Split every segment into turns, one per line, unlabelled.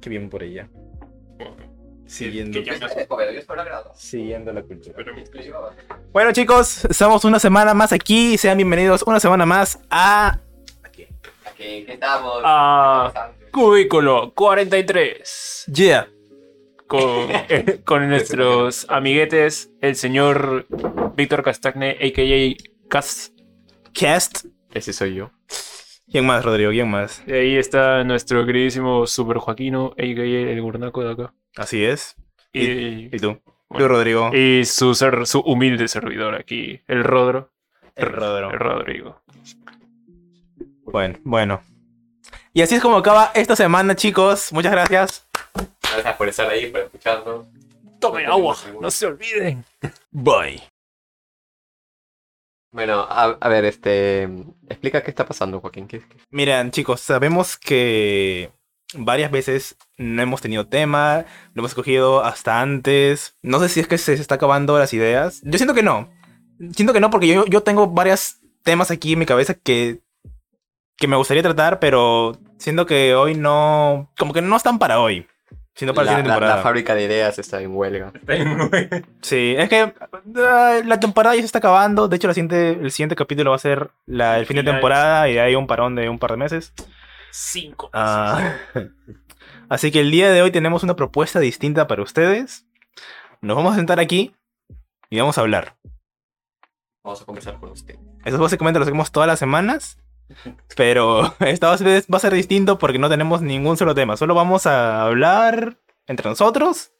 Qué bien por ella. Siguiendo,
Que ya me asustó,
Escobedo, yo estoy agrado.
siguiendo la cultura.
pero me-
Exclusiva.
Bueno, chicos, estamos una semana más aquí. Sean bienvenidos una semana más a.
Aquí, ¿qué estamos?
Ah,
Bastante.
cubículo 43.
Yeah.
Con, con nuestros amiguetes, el señor Víctor Castagne, a.k.a. Cast.
Cast.
Ese soy yo.
¿Quién más, Rodrigo? ¿Quién más?
Y ahí está nuestro queridísimo Super Joaquino, a.k.a. el gurnaco de acá.
Así es.
Y,
¿Y tú?
Bueno.
Tú, Rodrigo.
y su, ser- su humilde servidor aquí, el Rodro.
El Eh, Rodro.
El Rodrigo.
Bueno, bueno. Y así es como acaba esta semana, chicos. Muchas gracias.
Gracias por estar ahí, por escucharnos.
Tomen agua, no se olviden.
Bye.
Bueno, a, a ver, este. Explica qué está pasando, Joaquín. ¿Qué, qué-
Miren, chicos, sabemos que varias veces no hemos tenido tema, lo hemos escogido hasta antes. No sé si es que se se está acabando las ideas. Yo siento que no. Siento que no porque yo, yo tengo varios temas aquí en mi cabeza que, que me gustaría tratar, pero siento que hoy no... Como que no están para hoy, sino para la,
la,
siguiente
la-
temporada.
la fábrica de ideas está en huelga.
Sí, es que ah, la temporada ya se está acabando. De hecho, la siguiente, el siguiente capítulo va a ser la, el fin de
Finales.
temporada y hay un parón de un par de meses.
Cinco.
Ah, así que el día de hoy tenemos una propuesta distinta para ustedes. Nos vamos a sentar aquí y vamos a hablar.
Vamos a conversar con usted.
Eso básicamente lo hacemos todas las semanas. Pero esta vez va a ser distinto porque no tenemos ningún solo tema. Solo vamos a hablar entre nosotros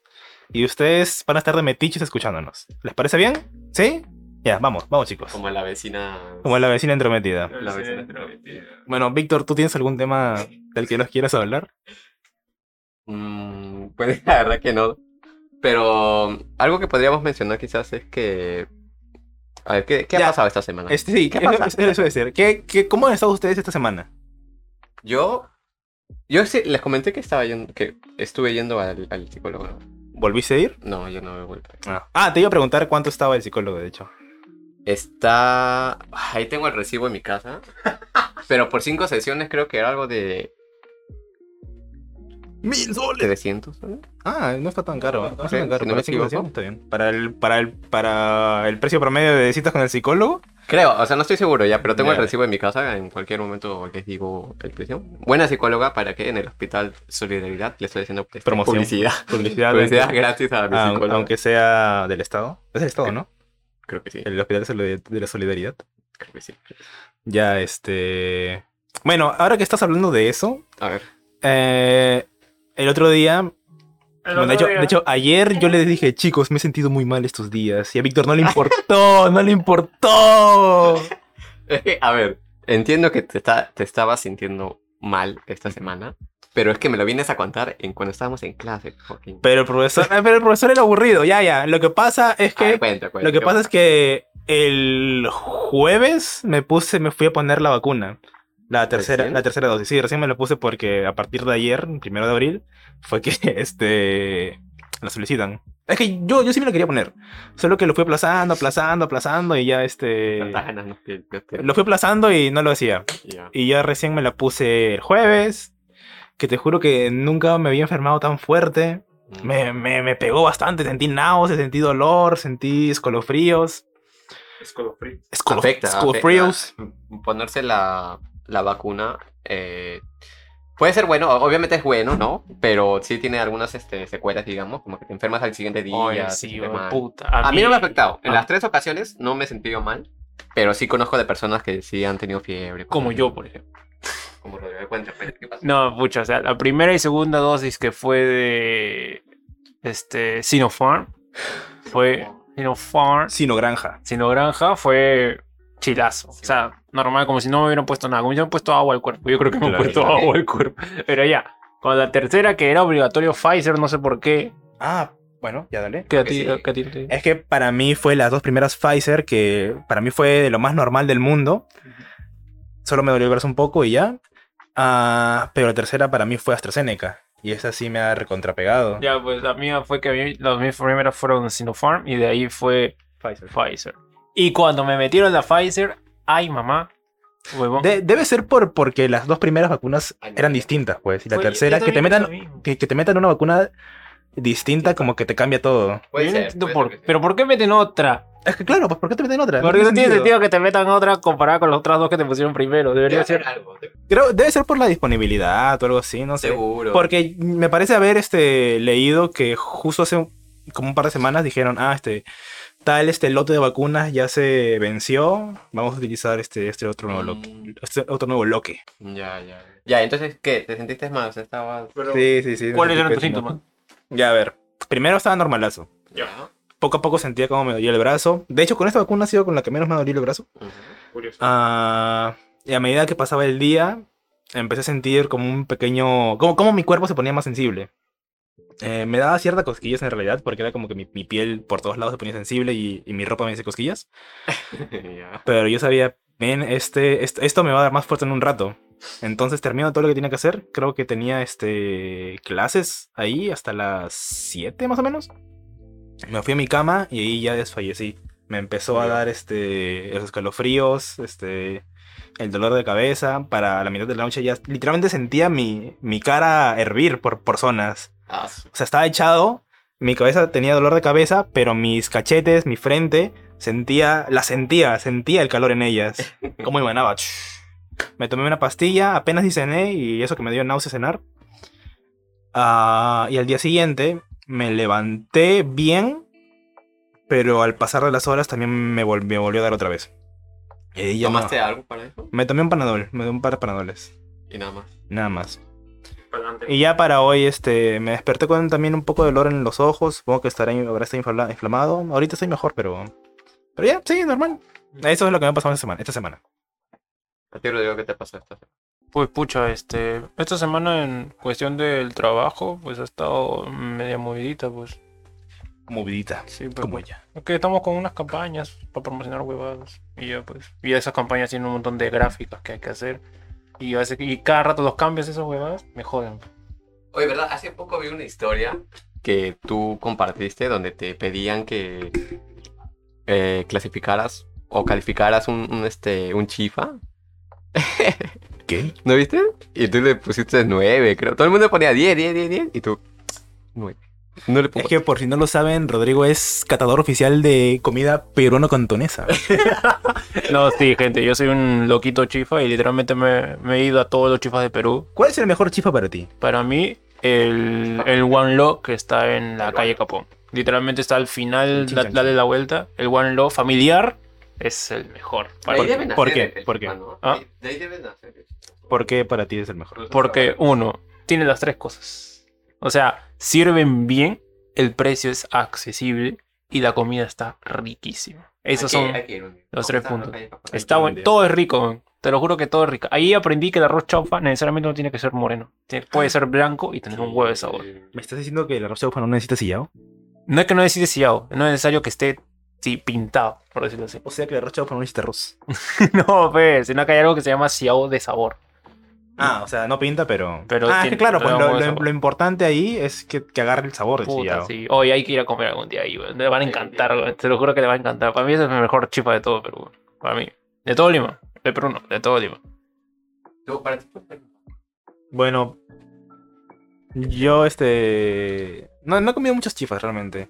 y ustedes van a estar de metiches escuchándonos. ¿Les parece bien? ¿Sí? Ya, vamos, vamos chicos.
Como la vecina.
Como la vecina entrometida.
La vecina.
Bueno, Víctor, ¿tú tienes algún tema del que nos quieras hablar?
Mm, pues la verdad que no. Pero um, algo que podríamos mencionar quizás es que. A ver, ¿qué, qué
Ya.
ha pasado esta semana?
Este, sí,
¿Qué
eso-
pasa?
Eso, eso debe ser. ¿Qué, qué, cómo han estado ustedes esta semana?
Yo. Yo sí, les comenté que estaba yendo, que estuve yendo al, al psicólogo. ¿no?
¿Volviste a ir?
No, yo no he vuelto.
Ah. Ah, te iba a preguntar cuánto estaba el psicólogo, de hecho.
Está. Ahí tengo el recibo en mi casa. Pero por cinco sesiones creo que era algo de
¡Mil soles!
300. ¿no?
Ah, no está tan caro. No
Sí,
está tan caro.
si
para
no me
cinco
equivoco.
sesiones está bien. Para el, para, el, para el precio promedio de citas con el psicólogo,
Creo, o sea, no estoy seguro ya, pero tengo el
Dale.
recibo en mi casa. En cualquier momento les digo el precio. Buena psicóloga para que en el hospital Solidaridad le estoy haciendo este,
Promoción.
publicidad.
publicidad.
Publicidad gratis a mi
Ah,
psicóloga.
aunque sea del Estado. Es el Estado, ¿no?
Creo que sí.
El Hospital de Solidar- de la Solidaridad.
Creo que sí.
Ya, este. Bueno, ahora que estás hablando de eso,
A ver.
Eh, el otro día, bueno, de, hecho, de hecho, ayer yo les dije, chicos, me he sentido muy mal estos días. Y a Víctor no le importó, no le importó.
a ver, entiendo que te, está, te estabas sintiendo mal esta semana, pero es que me lo vienes a contar en cuando estábamos en clase, Joaquín.
Pero el profesor, eh, pero el profesor era aburrido, ya, ya. Lo que pasa es
A ver,
que,
Ah, cuenta, cuenta,
lo que
¿qué
pasa es que el jueves me puse, me fui a poner la vacuna. La tercera,
¿Recién?
la tercera dosis. Sí, recién me la puse porque a partir de ayer, primero de abril, fue que este la solicitan. Es que yo, yo sí me la quería poner. Solo que lo fui aplazando, aplazando, aplazando y ya este.
Tantas ganas, ¿no? Que- que- que-
Lo fui aplazando y no lo hacía.
ya.
Y ya recién me la puse el jueves. Que te juro que nunca me había enfermado tan fuerte.
Mm.
Me, me- me pegó bastante. Sentí náuseas, sentí dolor, sentí escolofríos. Escolo-
Afecta,
Escolofríos.
afecta. Ponerse la, la vacuna eh, puede ser bueno, o- obviamente es bueno, ¿no? Pero sí tiene algunas este, secuelas, digamos, como que te enfermas al siguiente día.
Oye,
te
sí,
sientes
oh,
mal.
puta.
A mí no me ha afectado. En
Ah.
las tres ocasiones no me he sentido mal, pero sí conozco de personas que sí han tenido fiebre.
Como
cosas
yo,
así.
por ejemplo.
Como Rodrigo de Cuenca, pues, ¿qué pasó?
No, pucha, o sea, la primera y segunda dosis que fue de este Sinopharm fue Sinopharm,
Sino granja.
Sinogranja fue chilazo, o sea, normal como si no me hubieran puesto nada, como si me hubieran puesto agua al cuerpo. Yo creo que me han
Claro.
puesto agua al cuerpo. Pero ya, con la tercera que era obligatorio Pfizer, no sé por qué.
Ah, bueno, ya dale.
¿Qué a
que
ti-
sí.
qué a ti te-
Es que para mí fue las dos primeras Pfizer, que para mí fue de lo más normal del mundo. Solo me dolió el brazo un poco y ya. Ah, pero la tercera para mí fue AstraZeneca. Y esa sí me ha recontrapegado.
Ya, pues la mía fue que a mí- las mis primeras fueron Sinopharm y de ahí fue
Pfizer.
Pfizer. Y cuando me metieron la Pfizer, ay mamá, Huevón.
De- debe ser por porque las dos primeras vacunas eran distintas, pues. Y la
Oye,
tercera,
yo
que te
también
metan,
pienso lo mismo.
que, que te metan una vacuna distinta, como que te cambia todo.
Puede
Yo no
ser,
entiendo
puede
por-
ser que sí.
Pero ¿por qué meten otra?
Es que claro, pues ¿por qué te meten otra?
Porque no tiene
sentido.
sentido que te metan otra comparada con las otras dos que te pusieron primero. Debería
Debe
ser.
ser algo, de-
Creo, debe ser por la disponibilidad o algo así, no sé.
seguro.
Porque me parece haber este, leído que justo hace un- como un par de semanas dijeron, ah, este, tal este lote de vacunas ya se venció, vamos a utilizar este, este otro nuevo lote.
Mm,
Este otro nuevo bloque.
Ya, ya. Ya, entonces, ¿qué? ¿Te sentiste mal? Estaba...
Sí, sí, sí.
¿Cuáles eran tus
Pésimo.
síntomas?
Ya, a ver. Primero estaba normalazo.
Ya.
Poco a poco sentía como me dolía el brazo. De hecho, con esta vacuna ha sido con la que menos me dolía el brazo. Ah, y a medida que pasaba el día, empecé a sentir como un pequeño. como, como mi cuerpo se ponía más sensible. Eh, me daba ciertas cosquillas en realidad, porque era como que mi, mi piel por todos lados se ponía sensible y, y mi ropa me hacía cosquillas.
Ujú. ya.
Pero yo sabía, ven, este, est- esto me va a dar más fuerza en un rato. Entonces termino todo lo que tenía que hacer. Creo que tenía este, clases ahí hasta las 7 más o menos. Me fui a mi cama y ahí ya desfallecí. Me empezó a dar este, los escalofríos, este, el dolor de cabeza. Para la mitad de la noche ya literalmente sentía mi, mi cara hervir por, por zonas.
Ah, su-
O sea, estaba echado, mi cabeza tenía dolor de cabeza, pero mis cachetes, mi frente, sentía, la sentía, sentía el calor en ellas. Cómo emanaba. Me tomé una pastilla, apenas y cené, y eso que me dio náusea cenar. Ah, y al día siguiente me levanté bien, pero al pasar de las horas también me, vol- me volvió a dar otra vez. Y ya no.
¿Tomaste algo para eso?
Me tomé un panadol, me tomé un par de panadoles,
Y nada más.
nada más. Y ya para hoy, este, me desperté con también un poco de dolor en los ojos. Supongo que estaré, habrá estado infla- inflamado. Ahorita estoy mejor, pero. Pero ya, sí, normal. Eso es lo que me ha pasado esta semana. Esta semana.
A ti, Rodrigo, ¿qué te pasó esta semana?
Pues pucha, este, esta semana en cuestión del trabajo, pues ha estado media movidita, pues.
Movidita.
Sí, pues,
Como
pues,
ella.
es que estamos con unas campañas para promocionar huevadas. Y ya pues. Y esas campañas tienen un montón de gráficas que hay que hacer. Y, a veces- y cada rato los cambios esas huevadas me joden.
Oye, ¿verdad? Hace poco vi una historia que tú compartiste donde te pedían que eh, clasificaras o calificaras un, un, este, un chifa.
¿Qué?
¿No viste? Y tú le pusiste 9, creo. Todo el mundo ponía 10, 10, 10, 10. Y tú, 9. No le
Es
pongo.
que por si no lo saben, Rodrigo es catador oficial de comida peruano-cantonesa.
No, sí, gente, yo soy un loquito chifa y literalmente me, me he ido a todos los chifas de Perú.
¿Cuál es el mejor chifa para ti?
Para mí, el, el One Law que está en la
El
calle Capón. Literalmente está al final,
Chin,
da-
chan,
dale
chin.
la vuelta. El One Law familiar es el mejor.
De
Para
ahí
mí.
deben
¿Por
nacer
qué?
el
¿Por qué?
chifa, ¿no?
¿Ah?
De- De ahí deben nacer. el chifa.
¿Por qué para ti es el mejor?
Porque uno, tiene las tres cosas. O sea, sirven bien, el precio es accesible y la comida está riquísima. Esos
Hay que-
son...
hay que ir un día.
los
¿Cómo
tres
está la
puntos.
calle, papá?
Está
que
bueno,
vender.
todo es rico, man. te lo juro que todo es rico. Ahí aprendí que el arroz chaufa necesariamente no tiene que ser moreno. Tiene- puede ser blanco y tener un huevo de sabor.
Eh,
¿Me estás diciendo que el arroz chaufa no necesita sillao?
No es que no es deseado, no es necesario que esté sí, pintado, por decirlo así.
O sea que el arroz chaufa no necesita arroz.
no, fe, sino que hay algo que se llama siao de sabor.
Ah, o sea, no pinta, pero.
Pero
ah, es que
tiene-
claro,
pero
pues,
da
lo,
buen
lo-
sabor.
lo importante ahí es que, que agarre el
Pues
sabor del
Puta,
sillao.
sí. Hoy hay que ir a comer algún día ahí, weón. Le van a encantar, weón. Te lo juro que le va a encantar. Para mí ese es el mejor chifa de todo Perú, weón. Para mí. De todo Lima. De Perú no, de todo Lima.
Tú, para ti, ¿por qué?
Bueno, yo este... No, no he comido muchas chifas realmente.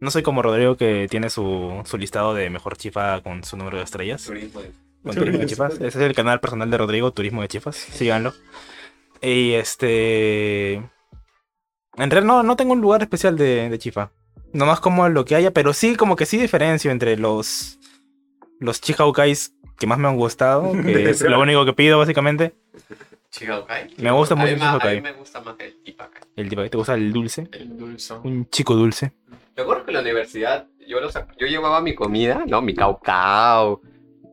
No soy como Rodrigo que tiene su, su listado de mejor chifa con su número de estrellas.
Turismo de-
Con turismo de chifas. Ese es el canal personal de Rodrigo, Turismo de Chifas. Síganlo. Y este... En realidad no, no tengo un lugar especial de, de chifa. Nomás como lo que haya, pero sí como que sí diferencio entre los... Los chihaukais que más me han gustado, que es lo único que pido básicamente.
Chicago-kai.
Me gusta mucho
A
el
mí ma- a mí
chihaokai.
me gusta más el chifa-kai.
El tipo que te gusta el dulce.
El dulce.
Un chico dulce.
Me acuerdo que en la universidad yo, los, yo llevaba mi comida, ¿no? Mi caucao,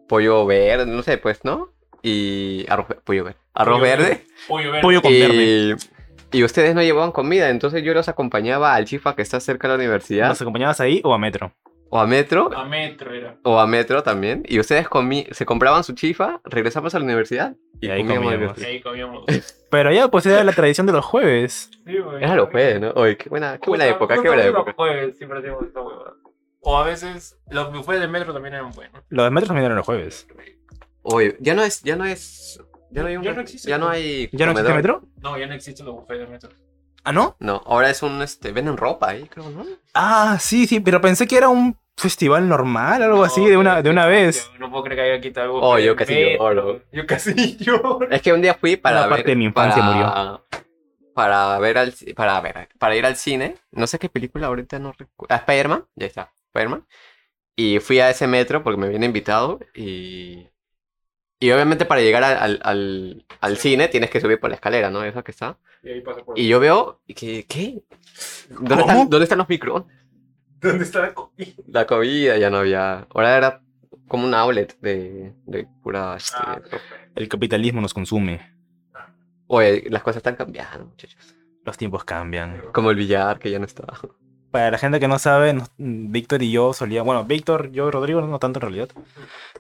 pollo verde, no sé, pues, ¿no? Y arroz, ve- pollo verde, arroz
Pollo
verde.
Pollo
Pollo con verde.
Y, y ustedes no llevaban comida, entonces yo los acompañaba al chifa que está cerca de la universidad,
¿Nos acompañabas ahí o a metro?
o a metro,
A metro era.
o a metro también. Y ustedes comí, se compraban su chifa, regresamos a la universidad
Y ahí
comíamos.
comíamos.
Y ahí comíamos.
Pero ya, pues era la tradición de los jueves.
Era lo
pues.
que, pues, ¿no? Oye, qué buena, qué buena época, qué buena época.
siempre hacíamos esta huevada. O a veces los bufés del metro también eran buenos.
Los de metro también eran los jueves.
Oye, ya no es, ya no es, ya no hay un,
Ya no existe.
ya no hay
¿Ya no existe
comedor.
metro?
No, ya no existen los buffets de metro.
¿Ah, no?
No, ahora es un, este, venden ropa ahí, creo, ¿no?
Ah, sí, sí, pero pensé que era un festival normal, algo
No,
así, de una, de una vez.
Yo no puedo creer que haya quitado algo.
Oh, yo casi lloro.
Yo casi lloro.
Es que un día fui para
Una
ver,
parte de mi infancia
para, para ver al, ci- para ver, para ir al cine, no sé qué película ahorita no recuerdo, ah, Spider-Man, ya está, Spider-Man, y fui a ese metro porque me viene invitado y, y obviamente para llegar al, al, al- al
Sí.
cine tienes que subir por la escalera, ¿no? Esa que está,
Y ahí pasa por
y yo veo, y que, ¿qué? ¿Dónde
¿Cómo?
están, ¿Dónde están los micros?
¿Dónde está la comida?
La comida ya no había, ahora era como un outlet de, de pura, este,
Ah,
El capitalismo nos consume.
oye, las cosas están cambiando, muchachos,
Los tiempos cambian.
como el billar que ya no está.
Para la gente que no sabe, nos- Víctor y yo solíamos, bueno, Víctor, yo y Rodrigo, no tanto en realidad,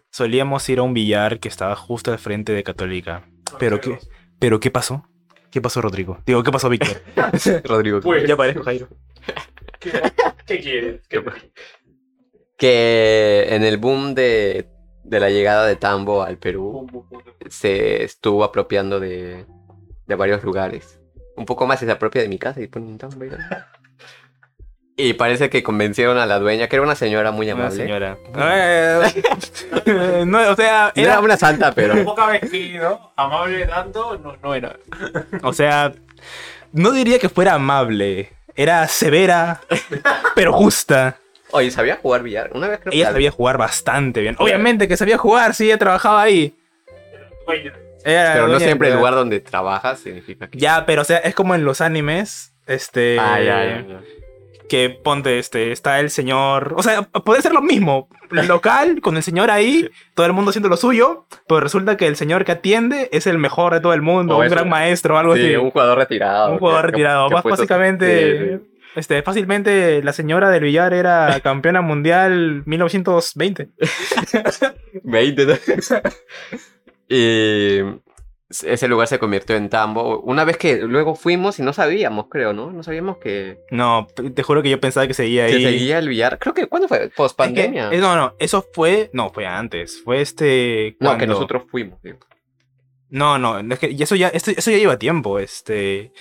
solíamos ir a un billar que estaba justo al frente de Católica. Pero qué, pero ¿qué pasó? ¿Qué pasó, Rodrigo? Digo, ¿qué pasó, Víctor?
Rodrigo.
Pues,
ya parezco Jairo.
¿Qué, qué quieres?
¿Qué pa- Que en el boom de, de la llegada de Tambo al Perú se estuvo apropiando de, de varios lugares. Un poco más y se apropia de mi casa y pone un Tambo. ahí. Y parece que convencieron a la dueña, que era una señora muy
Una
amable.
señora. Eh, no, o sea,
No era
era,
una santa,
Pero
pero
poca vestido, amable tanto, no, no era.
o sea, no diría que fuera amable. Era severa, pero justa.
oye, sabía jugar billar. Una vez creo
Ella
que
sabía jugar bastante bien. Obviamente que sabía jugar, sí, ella trabajaba ahí.
Dueña.
Ella era
pero no
dueña
siempre el
del-
lugar donde trabajas significa que
Ya, pero o sea, es como en los animes. Este.
Ah, ya, ya, ya.
Que ponte, este, está el señor. O sea, puede ser lo mismo. Local, con el señor ahí, todo el mundo haciendo lo suyo. Pero resulta que el señor que atiende es el mejor de todo el mundo,
O
un
eso.
gran maestro, algo
Sí,
así.
un jugador retirado.
Un jugador retirado. Más
puesto-
básicamente.
Sí, sí.
Este, fácilmente la señora del billar era campeona mundial 1920.
20. ¿no? y ese lugar se convirtió en tambo. Una vez que luego fuimos y no sabíamos, creo, ¿no? No sabíamos que,
No, te te juro que yo pensaba que seguía ahí.
que seguía el billar. Creo que, ¿cuándo fue? Post
Es que-
pandemia.
eh, no, no, eso fue. No, fue antes. Fue este.
no, que
¿cuándo?
nosotros fuimos. digo.
No, no, es que eso ya, esto- eso ya lleva tiempo. Este.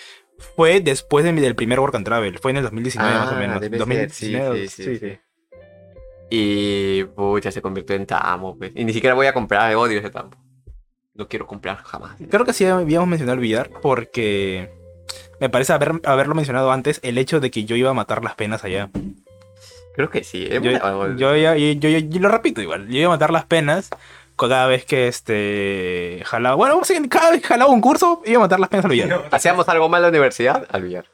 Fue después de mi- del primer Work and Travel. Fue en el 2019 más o
Ah,
menos.
debe ser,
2019,
sí, sí, sí, sí. Y pucha, se convirtió en tambo. pues. Y ni siquiera voy a comprar, odio ese tambo. No quiero comprar jamás.
Creo que sí habíamos mencionado el billar porque. Me parece haber, haberlo mencionado antes el hecho de que yo iba a matar las penas allá.
Creo que sí. ¿eh?
Yo, yo, ya- yo- yo- yo- yo lo repito igual. Yo iba a matar las penas cada vez que este. Jalaba. Bueno, sí, cada vez que jalaba un curso, iba a matar las penas al billar.
Hacíamos algo mal en la universidad al billar.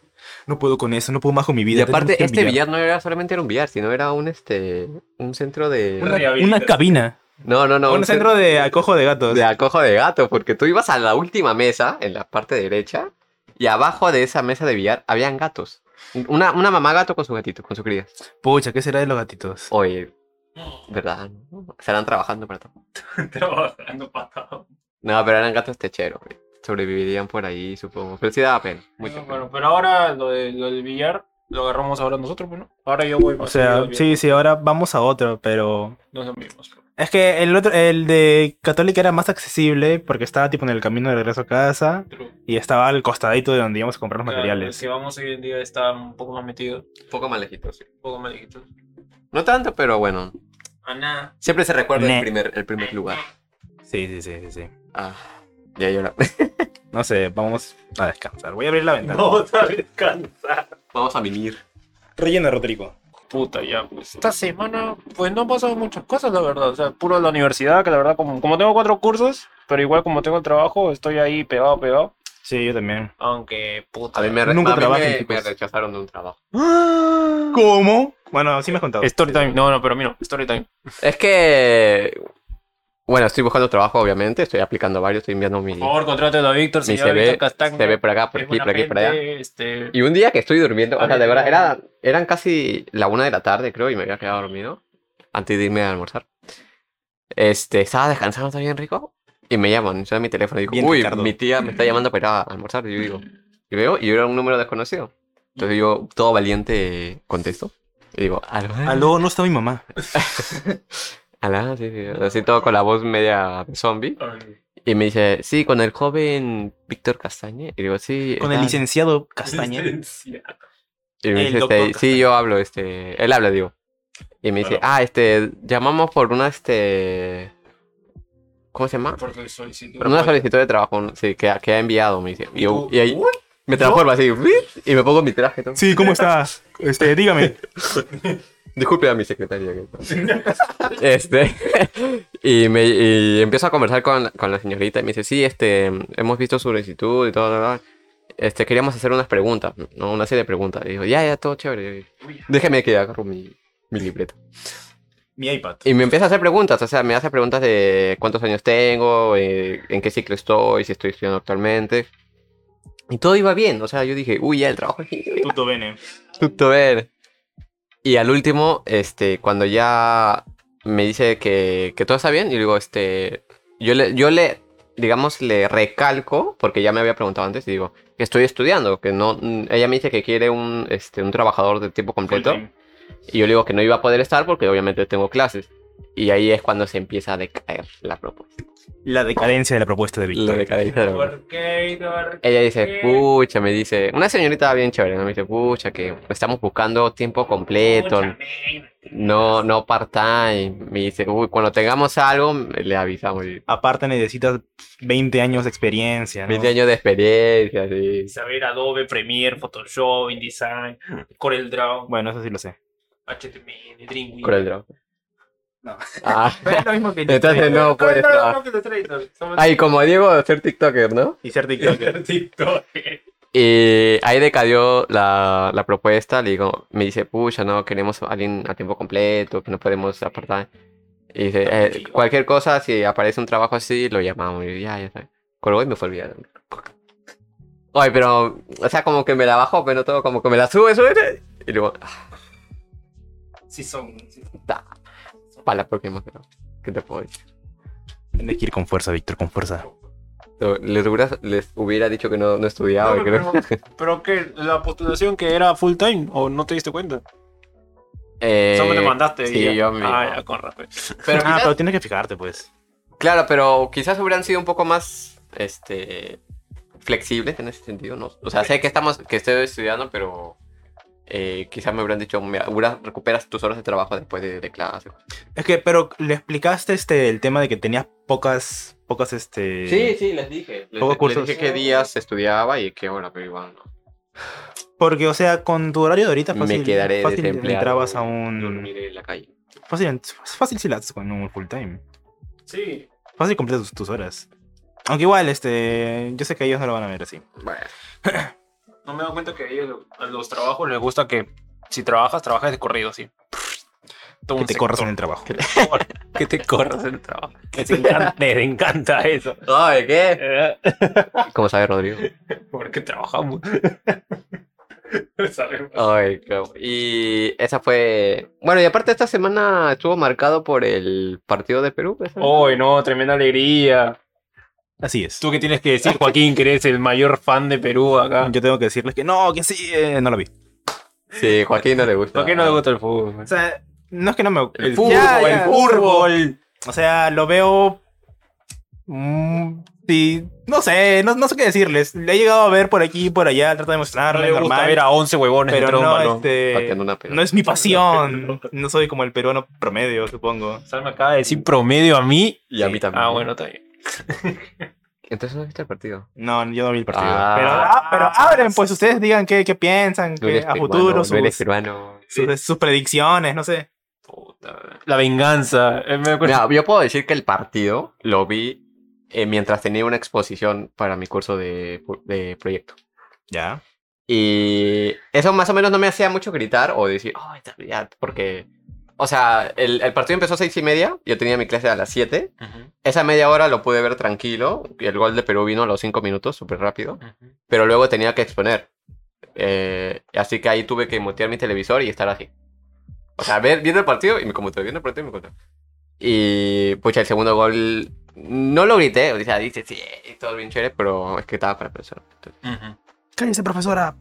No puedo con eso, no puedo más con mi
Y
vida. tenemos
aparte,
que
este billar no era solamente era un billar, sino era un este un centro de.
Una
Una cabina.
No, no, no.
un centro de acojo de gatos.
de acojo de gato, porque tú ibas a la última mesa, en la parte derecha, y abajo de esa mesa de billar habían gatos. Una, una mamá gato con su gatito, con su cría.
Pucha, ¿qué será de los gatitos?
Oye, ¿verdad? Estarán trabajando para todo.
Trabajando patado.
No, pero eran gatos techeros. güey. Sobrevivirían por ahí, supongo. Pero sí daba pena.
Bueno,
Mucha pena.
bueno, pero ahora lo, de- lo del billar lo agarramos ahora nosotros, pues, ¿no? Ahora yo voy
O
más
sea,
seguido al billar.
sí, sí, ahora vamos a otro, pero.
No es lo mismo.
Es que el otro, el de Católica era más accesible porque estaba tipo en el camino de regreso a casa
True.
y estaba al costadito de donde íbamos a comprar los
Claro,
materiales.
Si vamos hoy en día está un poco más metido,
Un poco más lejitos, sí.
un poco más lejitos.
No tanto, pero bueno.
A nada.
Siempre se recuerda
Ne.
el primer, el primer lugar.
Sí, sí, sí, sí, sí.
Ah, ya llora.
No sé, vamos a descansar. Voy a abrir la ventana.
No, está descansar.
Vamos a mimir.
Rellena, Rodrigo.
Puta, ya, pues. Esta semana, pues no han pasado muchas cosas, la verdad. O sea, puro la universidad, que la verdad, como, como tengo cuatro cursos, pero igual como tengo el trabajo, estoy ahí pegado, pegado.
Sí, yo también.
Aunque, puta.
A mí me, re-
Nunca
a mí
trabajen,
me- me
chicos.
rechazaron de un trabajo.
¡Ah! ¿Cómo? Bueno, sí me has contado.
Story time. No, no, pero mira, story time.
Es que. Bueno, estoy buscando trabajo, obviamente. Estoy aplicando varios, estoy enviando mi.
Por favor, contrátelo a Víctor,
mi
señor Víctor
CV,
Castaño.
CV por acá, por
Es
aquí,
buena
por aquí, por allá.
gente, Este,
Y un día que estoy durmiendo, o sea, de
Ay,
verdad,
no.
era, eran casi la una de la tarde, creo, y me había quedado dormido antes de irme a almorzar. Este, estaba descansando también rico y me llaman, suena mi teléfono y digo,
Bien,
uy,
Ricardo".
mi tía me está llamando para ir a almorzar. Y yo digo, y veo, y era un número desconocido. Entonces yo, todo
Ah,
valiente, contesto. Y digo, aló.
Aló, no está mi mamá.
Alá, sí, sí. Así todo con la voz media zombie. Y me dice, sí, con el joven Víctor Castañe. Y digo, sí.
Con el
tal".
licenciado Castaña.
Y me
El
dice,
doctor
este, sí, yo hablo, este, él habla, digo. Y me dice,
Claro.
ah, este, llamamos por una, este, ¿cómo se llama?
Porque soy sin duda.
Por una solicitud de trabajo, un- sí, que, ha- que ha enviado, me dice. Y, yo, y ahí me
¿Yo?
transformo así, y me pongo mi traje. ¿no?
Sí, ¿cómo estás? Este, dígame.
Disculpe a mi secretaria. que está- este, y, me, y empiezo a conversar con, con la señorita y me dice, sí, este, hemos visto su solicitud y todo, todo, todo. Este, queríamos hacer unas preguntas, ¿no? una serie de preguntas. Y digo, ya, ya, todo chévere. Déjeme que agarro mi, mi libreta.
Mi iPad.
Y me empieza a hacer preguntas, o sea, me hace preguntas de cuántos años tengo, eh, en qué ciclo estoy, si estoy estudiando actualmente. Y todo iba bien, o sea, yo dije, uy, ya el trabajo
Tuto Bene.
Tutto ver. Y al último, este, cuando ya me dice que, que todo está bien, y digo, este, yo le, yo le, digamos, le recalco, porque ya me había preguntado antes, y digo, que estoy estudiando, que no, mm, ella me dice que quiere un, este, un trabajador de tiempo completo, y yo le digo que no iba a poder estar porque obviamente tengo clases. Y ahí es cuando se empieza a decaer la propuesta.
La decadencia de la propuesta de
La
Víctor.
decadencia de la propuesta.
qué? ¿Por
Ella dice, pucha, me dice, una señorita bien chévere, ¿no? me dice, pucha, que estamos buscando tiempo completo, no, no part-time. Me dice, uy, cuando tengamos algo, le avisamos. y
Aparte necesitas 20 años de experiencia, ¿no?
20 años de experiencia, sí.
Saber Adobe, Premiere, Photoshop, InDesign, CorelDRAW,
Bueno, eso sí lo sé.
HTML, Dreamweaver.
Con el drop.
No.
Ah,
Pero es lo mismo que
entonces no puedes trabajar. Ay, como digo, ser TikToker, ¿no?
Y ser TikToker.
Y ahí decayó la, la propuesta. Le digo, me dice, pucha, no, queremos a alguien a tiempo completo, que no podemos apartar. Y dice, "Eh,
Tranquilo.
cualquier cosa, si aparece un trabajo así, lo llamamos. Y yo, ya, ya está. Colgó y me fue olvidando. Ay, pero, o sea, como que me la bajó, pero todo, como que me la sube, sube. Y luego,
Sí son. sí son.
para la próxima, pero, ¿qué te puedo decir?
Tienes que ir con fuerza, Víctor, con fuerza.
Pero Les hubiera, les hubiera dicho que no, no estudiaba.
No,
y creo-
Pero que la postulación que era full time, o no te diste cuenta.
Eh,
Solo me lo mandaste. y
sí,
ya.
yo me-
Ah, ya, con razón.
Pero
ah,
quizás-
pero tienes que fijarte, pues.
Claro, pero quizás hubieran sido un poco más este flexibles en ese sentido, ¿no? O sea, sé que estamos, que estoy estudiando, pero eh, quizás me hubieran dicho, mira, hubieras- recuperas tus horas de trabajo después de, de clase.
Es que, pero le explicaste este el tema de que tenías pocas, pocas, este.
sí, les dije. Eh, Les,
Poco cursos.
dije qué días estudiaba y qué hora, pero igual no.
Porque, o sea, con tu horario de ahorita
Me
fácil,
quedaré
fácil
desempleado,
entrabas a un
Dormiré en la calle.
fácil, fácil si la haces con un full time.
Sí.
Fácil completas tus, tus horas. Aunque igual, este, yo sé que ellos no lo van a ver así.
Bueno,
No me he dado cuenta que a ellos, a los trabajos les gusta que si trabajas, trabajas de corrido, sí.
Que te corras en el trabajo.
Que te corras en el trabajo. Les encanta, les encanta eso.
Ay, ¿qué?
Eh,
¿Cómo sabe Rodrigo?
Porque trabajamos.
Sabemos.
Ay, qué bu- Y esa fue. Bueno, y aparte esta semana estuvo marcado por el partido de Perú. pues,
Uy, no, tremenda alegría.
Así es.
¿Tú qué tienes que decir, Joaquín, que eres el mayor fan de Perú acá?
Yo tengo que decirles que no, que sí, eh, no lo vi.
Sí, Joaquín no le gusta.
¿Por qué no te gusta el fútbol?
O sea, no es que no me.
El fútbol,
el
el
fútbol. O sea, lo veo. mm, sí, no sé, no, no sé qué decirles. Le he llegado a ver por aquí y por allá, trata de
No
mostrarle
le gusta
normal.
ver a 11 huevones
pero
detrás de un
no,
balón.
este,
Pateando una pelota.
no es mi pasión. No soy como el peruano promedio, supongo.
O sea, me acaba de decir promedio a mí.
Y a mí también.
Ah, bueno, está bien.
Entonces no viste el partido.
No, yo no vi el partido.
Ah.
Pero, ah, pero hablen, pues ustedes digan qué, qué piensan
No
qué-
eres
a
peruano,
futuro,
no
sus,
eres peruano.
sus- sus predicciones, no sé.
Puta. La venganza. Eh, me acuerdo-
Mira, yo puedo decir que el partido lo vi eh, mientras tenía una exposición para mi curso de, pu- de proyecto.
Ya.
Y eso más o menos no me hacía mucho gritar o decir, oh, esta- ya", porque... O sea, el, el partido empezó a seis y media, yo tenía mi clase a las siete.
Ujú,
Esa media hora lo pude ver tranquilo, y el gol de Perú vino a los cinco minutos, súper rápido.
ujú.
pero luego tenía que exponer. Eh, así que ahí tuve que mutear mi televisor y estar así. O sea, ver, viendo el partido y mi computador, viendo el partido y mi computador. Y pucha, el segundo gol no lo grité, o sea, dice sí, y todo bien chévere, pero es que estaba para persona.
Ujú.
Cállese, profesora.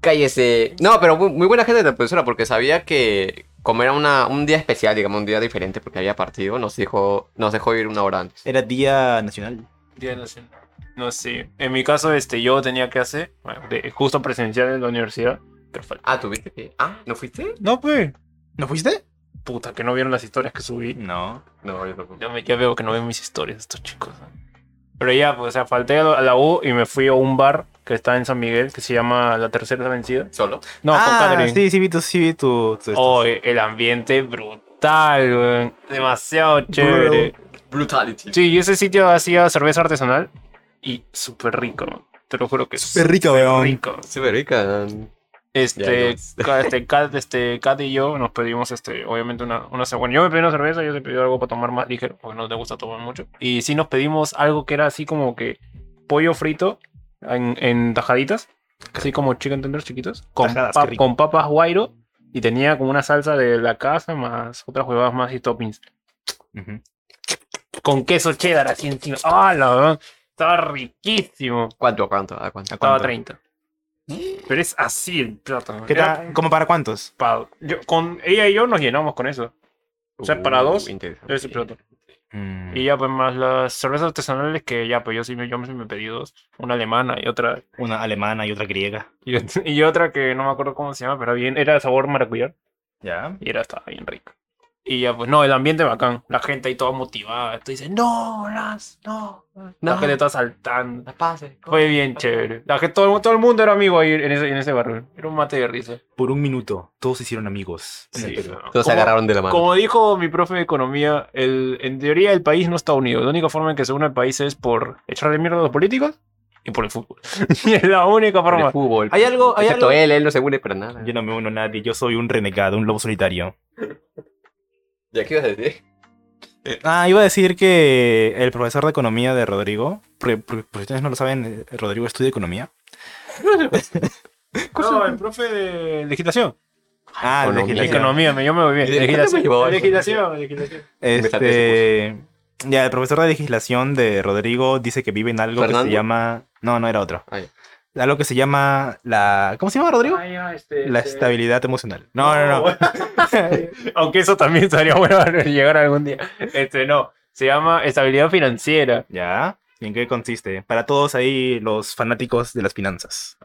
Cállese. No, pero muy, muy buena gente de la profesora porque sabía que como era una, un día especial, digamos, un día diferente porque había partido, nos dejó, nos dejó ir una hora antes.
Era Día Nacional.
Día Nacional. No sé. En mi caso, este, yo tenía clase bueno, de- justo presencial en la universidad, pero falté.
Ah, ¿tuviste que? Ah, ¿no fuiste?
No, pues.
¿No fuiste?
Puta, que no vieron las historias que subí.
No.
No, yo tampoco.
Ya, me- ya veo que no ven mis historias estos chicos. ¿eh? Pero ya, pues, o sea, falté a la- a la U y me fui a un bar que está en San Miguel que se llama La Tercera Vencida.
¿Solo?
No, con
ah,
Catherine.
sí, sí vi tu, sí vi tu, tu-
Oh, el ambiente brutal, weón. Demasiado chévere.
Brutality.
Sí, y ese sitio hacía cerveza artesanal y súper rico, ¿no? Te lo juro que es súper
rico, weón.
rico.
Súper rica. Ya,
Este,
ya.
ca- este, Kat, este, Kat y yo nos pedimos, este, obviamente, una, una ce- Bueno, yo me pedí una cerveza, yo se pedí algo para tomar más ligero, porque no te gusta tomar mucho. Y sí nos pedimos algo que era así como que pollo frito en, en tajaditas, así como chicken tenders chiquitos, con,
Tajadas,
pap-
qué rico.
con papas guairo, y tenía como una salsa de la casa, más otras huevadas más y toppings.
Ujú.
Con queso cheddar así encima. ¡Ah, la verdad! Estaba riquísimo.
¿Cuánto, cuánto? ¿A cuánto?
Estaba
¿Cuánto?
30. Pero es así el plato.
¿Qué
Era-
tal? ¿Cómo para cuántos?
pa- yo- con ella y yo nos llenamos con eso. O sea, para dos,
Uh, interesante.
ese plato.
Mm,
Y ya, pues más las cervezas artesanales que ya, pues yo sí me, yo sí me pedí dos. Una alemana y otra,
Una alemana y otra griega.
y, ot- y otra que no me acuerdo cómo se llama, pero bien, era de sabor maracuyá
Ya.
y era, estaba bien rica. Y ya, pues no, el ambiente bacán. La gente ahí toda motivada. Tú dices, no, las, no. La
No.
gente está saltando.
La pase.
Fue bien chévere. La gente, todo, todo el mundo era amigo ahí en ese, en ese barrio. Era un mate de risa.
Por un minuto, todos se hicieron amigos. en el
Sí,
Perú.
¿no?
Todos se
¿Cómo-
agarraron de la mano.
Como dijo mi profe de economía, el, en teoría el país no está unido. La única forma en que se une el país es por echarle mierda a los políticos y por el fútbol. y es la única
Por
forma.
el fútbol.
Hay algo- hay
Excepto
algo-
él, él no se une para nada.
Yo no me uno a nadie, yo soy un renegado, un lobo solitario.
¿Ya qué ibas a decir?
Ah, iba a decir que el profesor de economía de Rodrigo, porque, porque- porque ustedes no lo saben, eh, Rodrigo estudia economía.
No, el profe de legislación.
Ah,
economía.
legislación.
Economía, me, yo me voy bien.
¿Y de qué te
Legislación,
llevabas?
legislación, legislación.
Este.
pues.
Ya, el profesor de legislación de Rodrigo dice que vive en algo que
¿Fernando?
se llama. No, no era otro.
Ah, ya.
Algo que se llama la. ¿Cómo se llama Rodrigo?
Ah, ya, este,
La
este-
estabilidad emocional. No, no, no.
Aunque eso también estaría bueno llegar algún día. Este, no. Se llama estabilidad financiera.
¿Ya? ¿Y en qué consiste? Para todos ahí los fanáticos de las finanzas.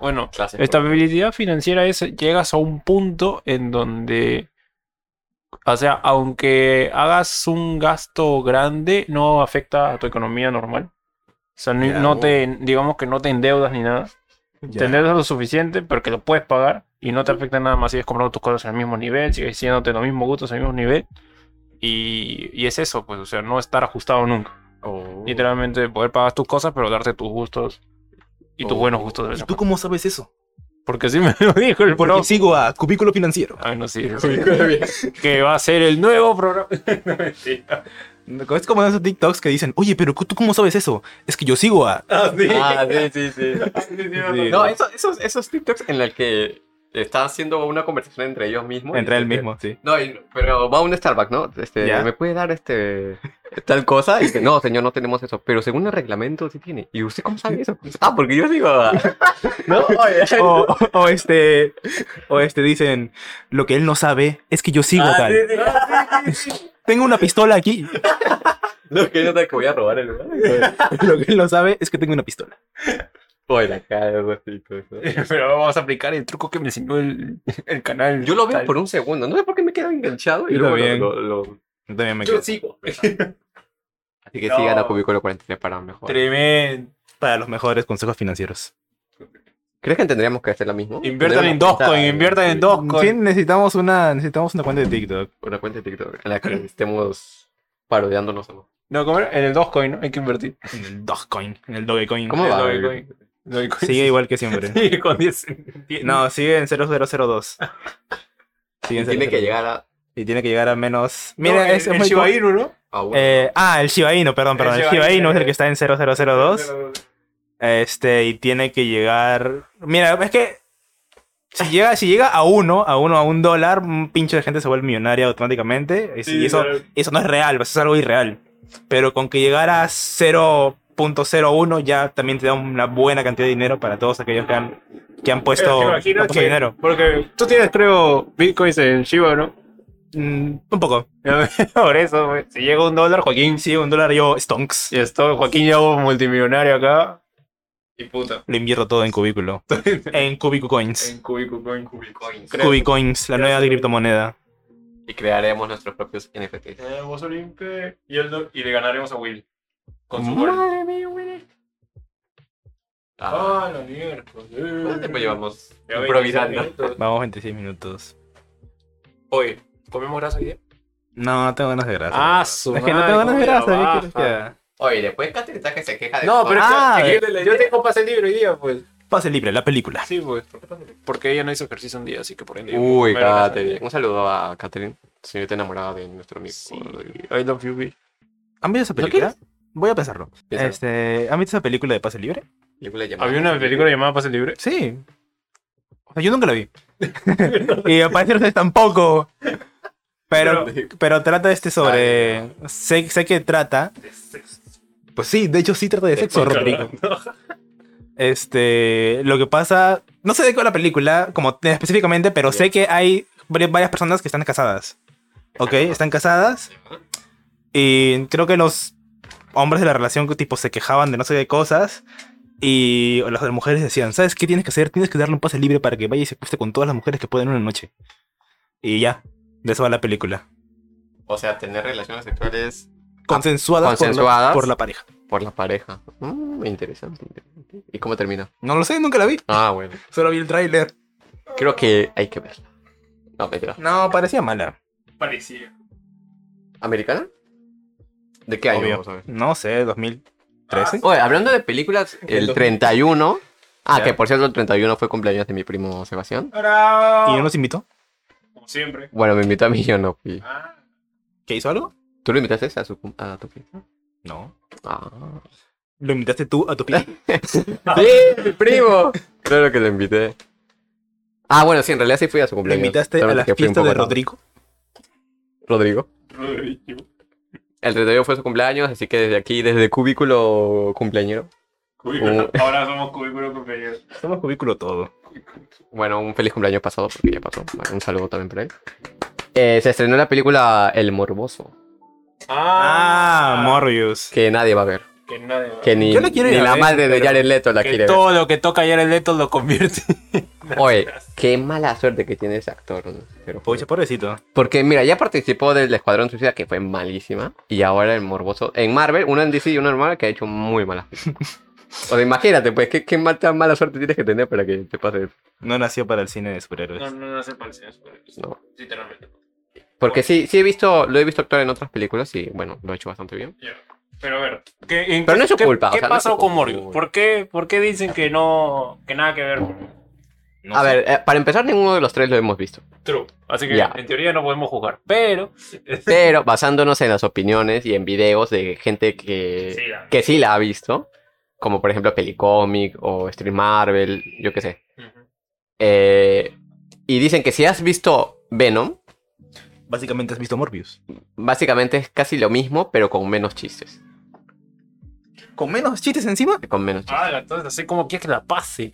Bueno,
Clases.
Estabilidad financiera es llegas a un punto en donde, o sea, aunque hagas un gasto grande, no afecta a tu economía normal. O sea, ni-
Ya,
no
bueno.
te, digamos que no te endeudas ni nada. Te endeudas lo suficiente, pero que lo puedes pagar y no te afecta nada más. Sigues comprando tus cosas al mismo nivel, sigues haciéndote los mismos gustos al mismo nivel. Y, y es eso, pues, o sea, no estar ajustado nunca.
Uh.
Oh.
Literalmente poder pagar tus cosas, pero darte tus gustos y tus
Oh.
buenos gustos de vez
¿Y
en
tú
cuando.
cómo sabes eso?
Porque sí me lo dijo el
Porque
profe.
sigo a Cubículo Financiero.
Ah, no, sí. que va a ser el nuevo programa. No, mentira.
Es como esos TikToks que dicen, oye, pero ¿tú cómo sabes eso? Es que yo sigo a.
Ah, sí, sí, sí.
Sí.
No, eso- esos, esos TikToks en el que están haciendo una conversación entre ellos mismos.
Entre
Y-
él mismo, sí.
No, y- pero va a un Starbucks, ¿no? Este,
Ya.
¿Me puede dar este tal cosa? Y dice, no, señor, no tenemos eso. Pero según el reglamento sí tiene. ¿Y usted cómo sabe eso? Ah, porque yo digo... ah. no, oye.
O, o este. O este dicen. Lo que él no sabe es que yo sigo
Ah,
tal.
sí, sí, ah, sí, sí, sí.
Tengo una pistola aquí.
No, que yo te que voy a robar el lugar.
Lo que él no sabe es que tengo una pistola.
Oye, la cara de esos chicos, ¿no?
Pero vamos a aplicar el truco que me enseñó el, el canal.
Yo lo veo
Tal.
por un segundo. No sé por qué me quedo enganchado. Y
Yo
luego
también.
lo- lo- lo-
Yo también me
Yo
quedo.
sigo. Así que
No.
sigan a Cubículo 43 para mejor.
Tremendo.
Para los mejores consejos financieros.
¿Crees que tendríamos que hacer lo mismo?
Inviertan
Tener
en
una cuenta
Dogecoin, inviertan en Dogecoin.
Sí, necesitamos una, necesitamos una cuenta de TikTok.
Una cuenta de TikTok en la que estemos parodiándonos. a-
No, ¿cómo era? En el Dogecoin, ¿no? Hay que invertir.
En el Dogecoin. En el Dogecoin.
¿Cómo
El
va?
Dogecoin. Dogecoin.
Sigue igual que siempre.
Sigue con 10. diez-
No, sigue en 0002. Sigue en
Tiene que
0002.
llegar a...
Y tiene que llegar a menos. Mira,
No, el-
ese es
el
muy
Shiba Inu, ¿no?
a un-
Eh, ah, el Shiba Inu, perdón, perdón. El Shiba Inu es
eh.
el que está en 0002.
Pero-
Este, y tiene que llegar. Mira, es que. Si llega, si llega a uno, a uno, a un dólar, un pinche de gente se vuelve millonaria automáticamente. Y, si-
Sí,
y eso,
pero-
eso no es real, eso es algo irreal. Pero con que llegara a cero 0.01 ya también te da una buena cantidad de dinero para todos aquellos que han, que han puesto,
Pero te
han
imaginas
puesto
que-
dinero.
Porque tú tienes, creo, bitcoins en Shiba, ¿no?
Mm, un poco.
Por eso, güey. Si llega un dólar, Joaquín.
Sí, un dólar yo, stonks.
Y esto, Joaquín ya un multimillonario acá. Y puta.
Lo invierto todo en cubículo. en cubico coins.
En cubico, coin, cubico.
Cubicoins, la nueva criptomoneda.
Y crearemos nuestros propios NFTs.
Vos Olimpe y, el do- y le ganaremos a Will. Con su gol.
Madre mía, Willy. Ah,
Ah, la mierda.
¿Cuánto tiempo llevamos
Ya
improvisando?
26 minutos.
Vamos 26 minutos.
Hoy, ¿comemos grasa hoy día?
No, no tengo ganas de grasa.
Ah, su
es que no
madre,
tengo ganas de
cómo la
grasa. ¿qué
baja.
quieres que haga?
Oye, después Catherine está que se queja de
No,
todo.
pero es que-
Ah,
es que
de-
yo tengo pase libre hoy día, pues.
Pase libre, la película.
Sí, pues. Porque ella no hizo ejercicio un día, así que por ende. yo puedo
Uy,
comer grasa.
Catherine. Un saludo a Catherine, señorita enamorada de nuestro amigo.
Sí, Uh, I love you, Will.
¿Han visto esa película? Voy a pensarlo.
Piénsalo.
Este, ¿Han visto esa película de Pase Libre?
Película llamada-
Había una película llamada Pase Libre.
Sí. O sea, yo nunca la vi. y al parecer ustedes tampoco. Pero, pero trata este sobre. sé, sé que trata. Pues sí, de hecho sí trata de sexo, Rodrigo. Este. Lo que pasa. No sé de qué va la película, como específicamente, pero sé que hay vari- varias personas que están casadas. ¿Ok? Están casadas. Y creo que los hombres de la relación, tipo, se quejaban de no sé qué cosas. Y las mujeres decían, ¿sabes qué tienes que hacer? Tienes que darle un pase libre para que vaya y se acueste con todas las mujeres que pueden en una noche. Y ya, de eso va la película.
O sea, tener relaciones sexuales
Consensuadas, por la-
consensuadas.
Por, la, pareja.
por la pareja. Mm, interesante, interesante. ¿Y cómo termina?
No lo sé, nunca la vi.
Ah, bueno.
Solo vi el tráiler.
Creo que hay que verla. No, mentira.
No, parecía mala.
Parecía.
¿Americana? ¿De qué año
Obvio.
vamos a ver?
No sé, 2013.
Oye, hablando de películas, el 31. Ah,
Ya.
que por cierto, el 31 fue cumpleaños de mi primo Sebastián.
¿Y
Bravo.
Ah, no nos invitó?
Como siempre.
Bueno, me invitó a mí y yo no fui.
Ah,
¿Que hizo algo?
¿Tú lo invitaste a, su, cum- a tu fiesta?
No.
Ah.
¿Lo invitaste tú a tu pie?
¡Sí, mi primo! Claro que lo invité. Ah, bueno, sí, en realidad sí fui a su
¿Lo
cumpleaños.
invitaste a
solamente
la
que fui un
fiesta de
poco tarde.
Rodrigo?
Rodrigo.
Rodrigo.
El 31 fue su cumpleaños, así que desde aquí, desde Cubículo Cumpleañero,
Cubículo.
Oh.
Ahora somos cubículo compañeros.
Somos cubículo todo.
bueno, un feliz cumpleaños pasado, porque ya pasó. Bueno, un saludo también para él. Eh, se estrenó la película El Morboso,
Ah, Morbius.
que nadie va a ver.
Que nadie.
Que ni,
Yo la quiero ir
ni
a
la
ver,
madre de
pero
Jared Leto la quiere
todo lo que toca Jared Leto lo convierte.
ver. Oye, qué mala suerte que tiene ese actor. ¿no? Pero,
Pocha, pobrecito.
porque, mira, ya participó del Escuadrón Suicida, que fue malísima. Y ahora El Morboso en Marvel, uno en DC y uno en Marvel, que ha hecho muy malas películas. O sea, imagínate, pues, qué, qué mal- tan mala suerte tienes que tener para que te pase eso.
No nació para el cine de superhéroes.
No, no, no se parecen a superhéroes.
No.
Sinceramente.
Porque sí, sí he visto, lo he visto actuar en otras películas y bueno, lo he hecho bastante bien.
Ya. Pero a ver.
Pero no es su
¿Qué,
culpa, o
¿qué
sea, no es
pasó
su
con
culpa.
Morbius? ¿Por qué, ¿Por qué dicen que no. que nada que ver?
No
a
sé.
ver, eh, para empezar, ninguno de los tres lo hemos visto.
True. Así que
Ya.
en teoría no podemos jugar. Pero.
Pero basándonos en las opiniones y en videos de gente que
Sí, la-
que sí la ha visto, como por ejemplo Pelicomic o Stream Marvel, yo qué sé.
Ujú.
Eh, y dicen que si has visto Venom,
Básicamente has visto Morbius.
básicamente es casi lo mismo, pero con menos chistes.
¿Con menos chistes encima?
Con menos chistes.
Ah, entonces así como quieres que la pase.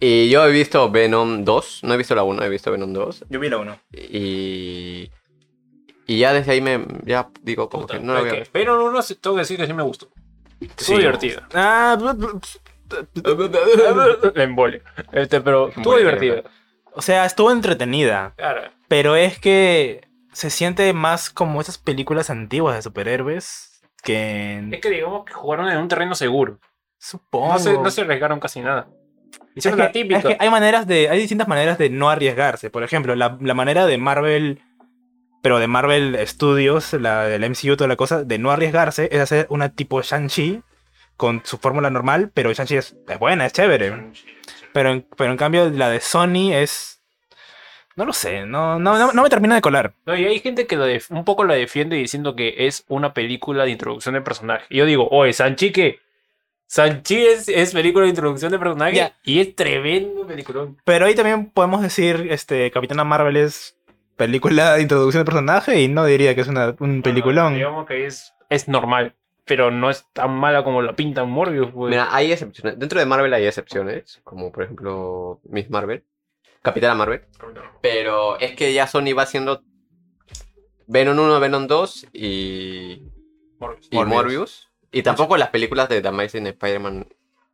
Y yo he visto Venom 2, no he visto la 1, he visto Venom 2.
Yo vi la uno.
Y. Y ya desde ahí me. Ya digo, como
Puta,
que no lo
es
voy a
que-
ver.
Pero uno sí- tengo que decir que sí me gustó. Estuvo
Sí.
divertida.
Ah, bl- bl-
La embole. Este, pero estuvo
Embole,
divertida.
o sea, estuvo entretenida.
Claro.
Pero es que se siente más como esas películas antiguas de superhéroes
Es
que
que digamos que jugaron en un terreno seguro.
supongo.
No se, no se arriesgaron casi nada.
Es
Hicieron
que-
la típica.
es que hay maneras de, hay distintas maneras de no arriesgarse. Por ejemplo, la, la manera de Marvel, pero de Marvel Studios, la del MCU, toda la cosa, de no arriesgarse es hacer una tipo Shang-Chi con su fórmula normal, pero Shang-Chi es, es buena, es chévere. Pero, en- pero en cambio la de Sony es... No lo sé, no, no, no, no me termina de colar.
No, y hay gente que la def- un poco la defiende diciendo que es una película de introducción de personaje. Y yo digo, oye, Sanchi, ¿qué? Sanchi es, es película de introducción de personaje
Ya.
y es tremendo peliculón.
Pero ahí también podemos decir, este, Capitana Marvel es película de introducción de personaje y no diría que es una, un peliculón.
Digamos que es, es normal. pero no es tan mala como la pintan Morbius, pues.
Mira, hay excepciones. Dentro de Marvel hay excepciones, como por ejemplo Miss Marvel, Capitana Marvel. Pero es que ya Sony va haciendo Venom 1, Venom 2 y,
Morbius.
y Morbius. Y tampoco las películas de The Amazing Spider-Man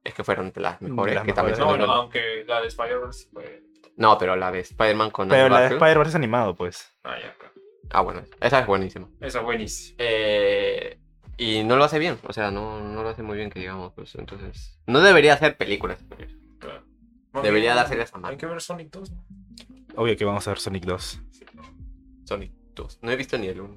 es que fueron de las mejores.
las
que también
mejores.
son
No,
de
no,
Venom.
aunque la de Spider-Man sí fue.
No, pero la de Spider-Man con
Pero
Andrew
la de
Garfield-
Spider-Verse es animado, pues.
Ah, ya, claro.
Ah, bueno, esa es buenísima.
Esa es buenísima.
Eh, y no lo hace bien, o sea, no, no lo hace muy bien que digamos, pues entonces... No debería hacer películas,
claro.
debería darse esa
Hay
mano.
que ver Sonic 2. ¿no?
Obvio que vamos a ver Sonic 2.
Sonic 2. No he visto ni el 1.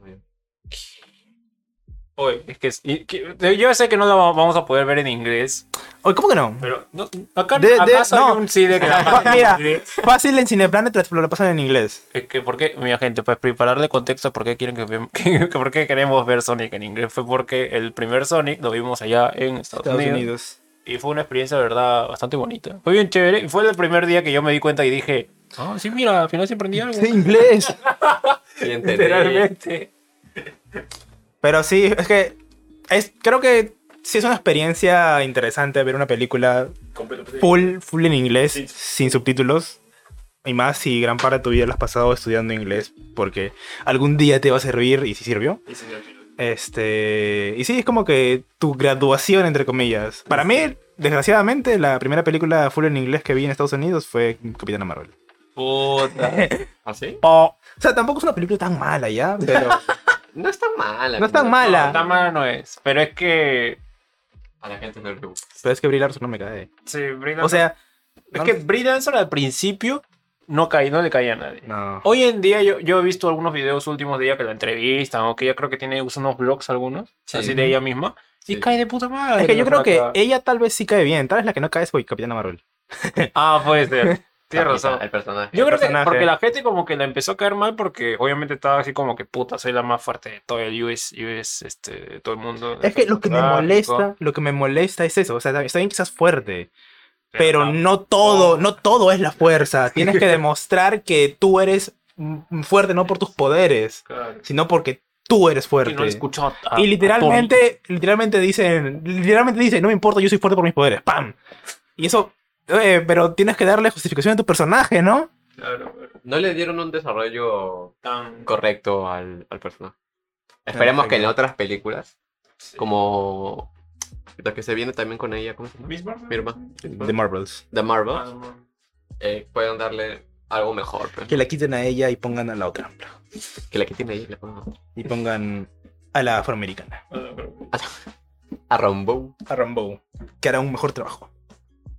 Oye, es que, es- y- que- yo sé que no la va- vamos a poder ver en inglés,
Oye, ¿cómo que no?
pero no, acá,
De- de-
acá salió
no.
un sí de que la
Fa-
pasan en
mira.
inglés.
Fácil en Cineplanet te lo pasan en inglés.
Es que, ¿por qué? Mira, gente, pues, para prepararle contexto, ¿por qué, quieren que, ve- que- ¿por qué queremos ver Sonic en inglés? Fue porque el primer Sonic lo vimos allá en Estados,
Estados
Unidos,
Unidos.
Y fue una experiencia, de verdad, bastante bonita. Fue bien chévere. Y fue el primer día que yo me di cuenta y dije, ah, sí, mira, al final sí aprendí algo.
Sí, inglés.
Literalmente.
Pero sí, es que es, creo que sí es una experiencia interesante ver una película full, full en inglés,
Sí.
sin subtítulos. Y más si gran parte de tu vida la has pasado estudiando inglés, porque algún día te va a servir y si sirvió. Este, y sí, es como que tu graduación, entre comillas. Para mí, desgraciadamente, la primera película full en inglés que vi en Estados Unidos fue Capitana Marvel.
Puta.
¿Ah, sí?
Oh,
O sea, tampoco es una película tan mala ya, pero
No es tan mala.
no es tan
pero-
mala.
la mala no es. Pero es que...
A la gente no le gusta.
Pero es que Brie Larson no me cae.
sí, Brie
O sea,
Larson- es que Brie Larson al principio no, caí, no le caía a nadie.
no.
Hoy en día yo, yo he visto algunos videos últimos de ella que la entrevistan o que ella creo que tiene usa unos blogs algunos,
Sí.
así de ella misma. Y
Sí.
cae de puta madre.
Es que yo creo que
flaca.
ella tal vez sí cae bien. Tal vez la que no cae es hoy, Capitana Marvel.
Ah, puede ser. Tienes razón.
El personaje.
Yo creo que
personaje.
porque la gente como que la empezó a caer mal porque obviamente estaba así como que puta, soy la más fuerte de todo el US, US este, de todo el mundo.
Es que lo que me
Ah,
molesta, lo que me molesta es eso. O sea, está bien que seas fuerte, pero
no. Oh.
no todo, no todo es la fuerza. Tienes que demostrar que tú eres mm, fuerte no por tus poderes,
Claro.
sino porque tú eres
Y no he
fuerte.
escuchado a- a
Y literalmente, literalmente dicen, literalmente dicen, no me importa, yo soy fuerte por mis poderes. ¡Pam! Y eso, eh, pero tienes que darle justificación a tu personaje, ¿no?
Tony. Claro, claro.
No le dieron un desarrollo
Tan-
correcto al, al personaje. Esperemos que en otras películas,
sí.
como la que se viene también con ella, ¿cómo se llama?
Miss Marvel.
Mirma.
De Marvels.
The
Ah,
Marvel,
no.
eh, puedan darle algo mejor. pues.
Que la quiten a ella y pongan a la otra.
Que la que tiene ella y le pongan otra.
Y pongan a la afroamericana.
Ah, pero-
A Rambo.
a Rambo, que hará un mejor trabajo.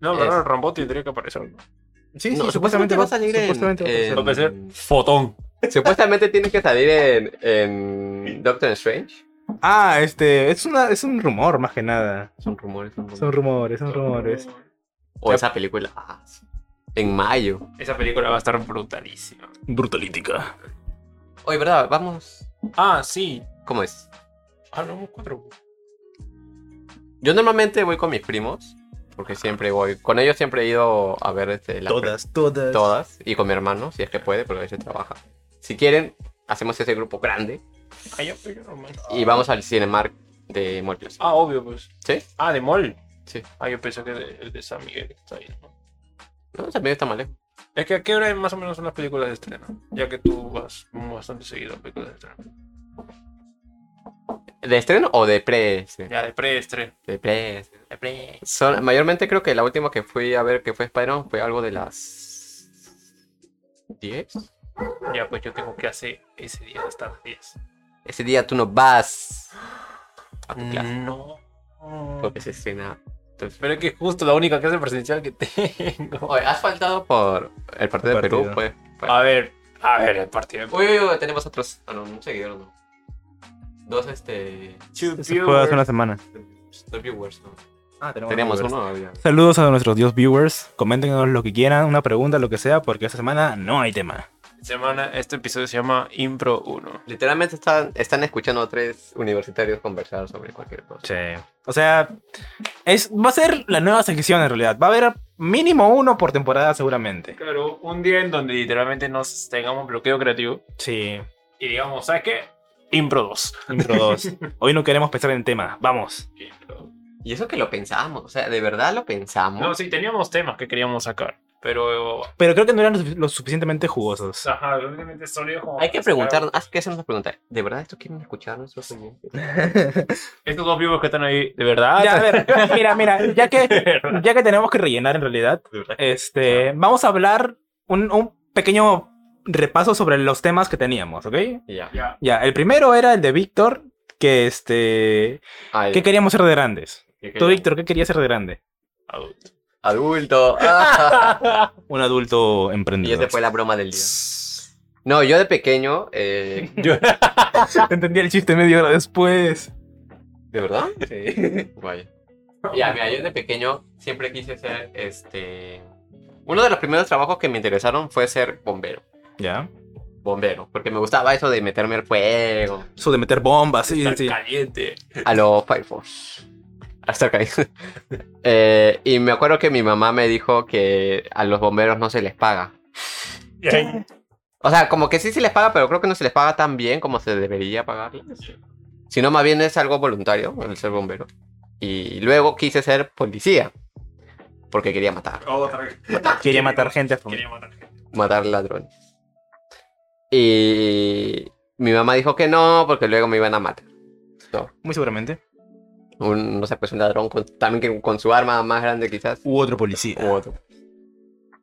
No,
Es-
pero el Rambo tendría que aparecer. ¿no?
Sí,
No, supuestamente va a salir en-
supuestamente va a
en-
aparecer.
Va a ser fotón.
Supuestamente tiene que salir en, en Doctor Strange.
Ah, este, es, una, es un rumor más que nada.
Son rumores, son rumores.
Son rumores, son rumores.
O esa película. ah, sí. En mayo.
Esa película va a estar brutalísima.
Brutalítica.
Oye, ¿verdad? Vamos.
Ah, sí.
¿Cómo es?
Ah, no, vamos cuatro.
Yo normalmente voy con mis primos, porque siempre voy. Con ellos siempre he ido a ver este, las
Todas, todas.
pel- todas. Y con mi hermano, si es que puede, porque a veces trabaja. Si quieren, hacemos ese grupo grande
Ah, ya, pero yo normal.
y vamos al Cinemark de Morbius.
Ah, obvio, pues.
¿Sí?
Ah, de Mol.
Sí.
Ah, yo pensé que de- el de San Miguel está ahí, ¿no?
No, también está mal.
Es que a qué hora más o menos son las películas de estreno. Ya que tú vas bastante seguido a películas de estreno.
¿De estreno o de pre-estreno?
Ya, de pre-estreno.
De pre-estreno.
De pre
Son, mayormente creo que la última que fui a ver que fue Spider-Man fue algo de las 10.
Ya, pues yo tengo que hacer ese día hasta las 10.
Ese día tú no vas a tu clase
No.
porque se estrena.
Pues, Pero es que justo la única clase presencial que tengo.
Oye, has faltado por el partido de Perú,
Partido.
pues. pues.
A ver, a ver, el partido de
Uy, uy, uy, tenemos otros. Ah, no, un seguidor no. Dos, este. pues,
Eso fue hace una semana.
Dos viewers, ¿no?
Ah, tenemos,
Teníamos uno, había.
Saludos a nuestros dios viewers. Coméntenos lo que quieran, una pregunta, lo que sea, porque esta semana no hay tema.
semana, este episodio se llama Impro 1.
Literalmente están, están escuchando a tres universitarios conversar sobre cualquier cosa.
Sí. O sea, es, va a ser la nueva sección en realidad. Va a haber mínimo uno por temporada seguramente.
Claro, un día en donde literalmente nos tengamos bloqueo creativo
Sí.
y digamos, ¿sabes qué? Impro 2.
Impro 2. Hoy no queremos pensar en tema. Vamos.
Y eso que lo pensamos, o sea, de verdad lo pensamos.
No, sí, teníamos temas que queríamos sacar, pero...
Pero creo que no eran lo, sufic- lo suficientemente jugosos.
Ajá, realmente sólido como...
Hay que preguntar, ah, hay que hacernos una pregunta. ¿De verdad esto quieren escuchar nuestros oyentes?
Estos dos vivos que están ahí, ¿de verdad?
Ya, a ver, mira, mira, ya que, ya que tenemos que rellenar en realidad, este, vamos a hablar un, un pequeño repaso sobre los temas que teníamos, ¿ok?
Ya.
Ya.
Ya, el primero era el de Víctor, que este,
Ay,
¿qué queríamos ser de grandes?
¿Qué
Tú,
queríamos?
Víctor, ¿qué querías ser de grande?
Adulto.
Adulto.
Un adulto
y esa
emprendedor.
fue la broma del día. No, yo de pequeño, eh,
Entendí el chiste media hora después.
¿de verdad?
Sí.
Guay. Ya, mira, yo de pequeño siempre quise ser, este... Uno de los primeros trabajos que me interesaron fue ser bombero.
Ya.
Bombero, porque me gustaba eso de meterme al fuego,
Eso de meter bombas, sí,
Está
sí.
caliente.
a los Fire Force. Hasta acá. Eh, y me acuerdo que mi mamá me dijo que a los bomberos no se les paga.
Y ahí-
O sea, como que sí se les paga, pero creo que no se les paga tan bien como se debería pagarles. Sino más bien es algo voluntario el ser bombero. Y luego quise ser policía, porque quería matar.
Oh,
Otra vez.
Quería matar gente a
Quería matar gente.
matar ladrones. Y mi mamá dijo que no, porque luego me iban a matar.
Muy seguramente.
Un, no sé, pues un ladrón con, también que con su arma más grande quizás.
U otro policía.
u otro.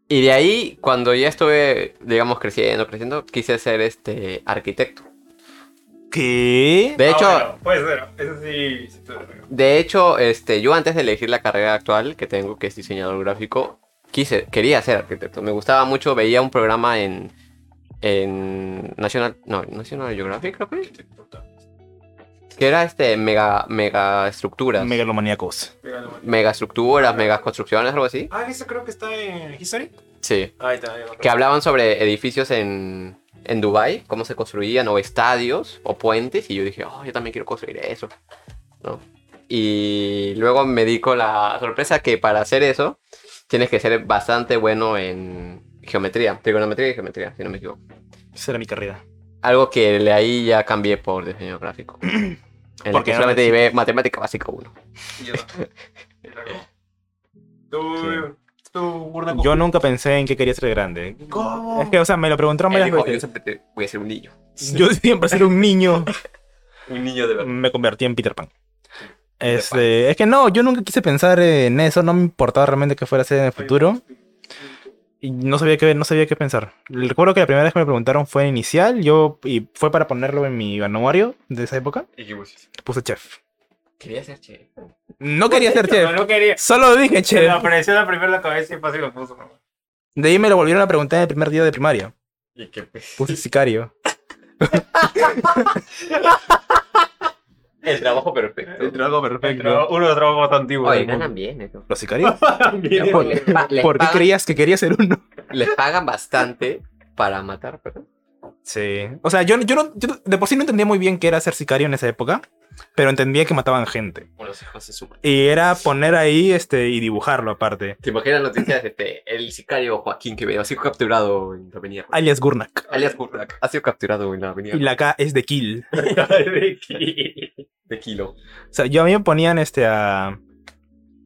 Y de ahí, cuando ya estuve, digamos, creciendo, creciendo, quise ser este arquitecto.
¿Qué?
De hecho,
Ah, bueno, puede ser. Eso sí. sí te lo creo.
de hecho este, yo antes de elegir la carrera actual que tengo, que es diseñador gráfico, quise, quería ser arquitecto. Me gustaba mucho, veía un programa en, en National, no, National Geographic, creo que es. Que era este mega, mega estructuras. Mega,
Megalomaníacos.
estructuras, mega construcciones, algo así.
Ah, eso creo que está en History.
Sí.
Ahí está. ahí va.
Que hablaban sobre edificios en, en Dubai, cómo se construían, o estadios, o puentes, y yo dije, oh, yo también quiero construir eso. ¿No? Y luego me di con la sorpresa que para hacer eso tienes que ser bastante bueno en geometría, trigonometría y geometría, si no me equivoco.
Esa era mi carrera.
Algo que de ahí ya cambié por diseño gráfico. En el
Porque
que
no-
solamente llevé matemática básica 1.
Y ya está. Era como- Tú, tú, burda.
Yo nunca pensé en qué quería ser de grande.
¿Cómo?
Es que, o sea, me lo preguntaron
Él
varias
dijo, yo
veces.
siempre te- voy a ser un niño.
Yo siempre ser un niño.
Un niño de verdad.
me convertí en Peter Pan. Este, es que no, yo nunca quise pensar en eso, no me importaba realmente qué fuera a ser en el futuro. Y no sabía qué, no sabía qué pensar. Recuerdo que la primera vez que me preguntaron fue inicial, yo y fue para ponerlo en mi anuario de esa época,
¿Y qué pusiste?
puse chef.
Quería ser che.
No quería ser
No,
chef,
no quería.
solo dije
Se le
chef.
apareció la primera la cabeza y fácil lo puso. ¿no?
De ahí me lo volvieron a preguntar en el primer día de primaria.
¿Y qué pues?
Puse sicario.
El trabajo perfecto.
trago
Pero uno de los trabajos más antiguos.
Oye,
del
ganan bien eso.
¿Los sicarios?
mundo.
¿Por,
Les pa- les
por qué
pagan-
creías que quería ser uno?
Les pagan bastante para matar, ¿verdad?
Sí. O sea, yo, yo, no, yo no- de por sí no entendía muy bien qué era ser sicario en esa época, pero entendía que mataban gente.
Los hijos de su madre.
Y era poner ahí este y dibujarlo aparte.
¿Te imaginas las noticias de este, el sicario Joaquín Quevedo ha sido capturado en la avenida?
Alias Gurnak.
Alias Kurtak ha sido capturado en la avenida
Y la K es de Kill.
de Kilo.
O sea, yo a mí me ponían este a.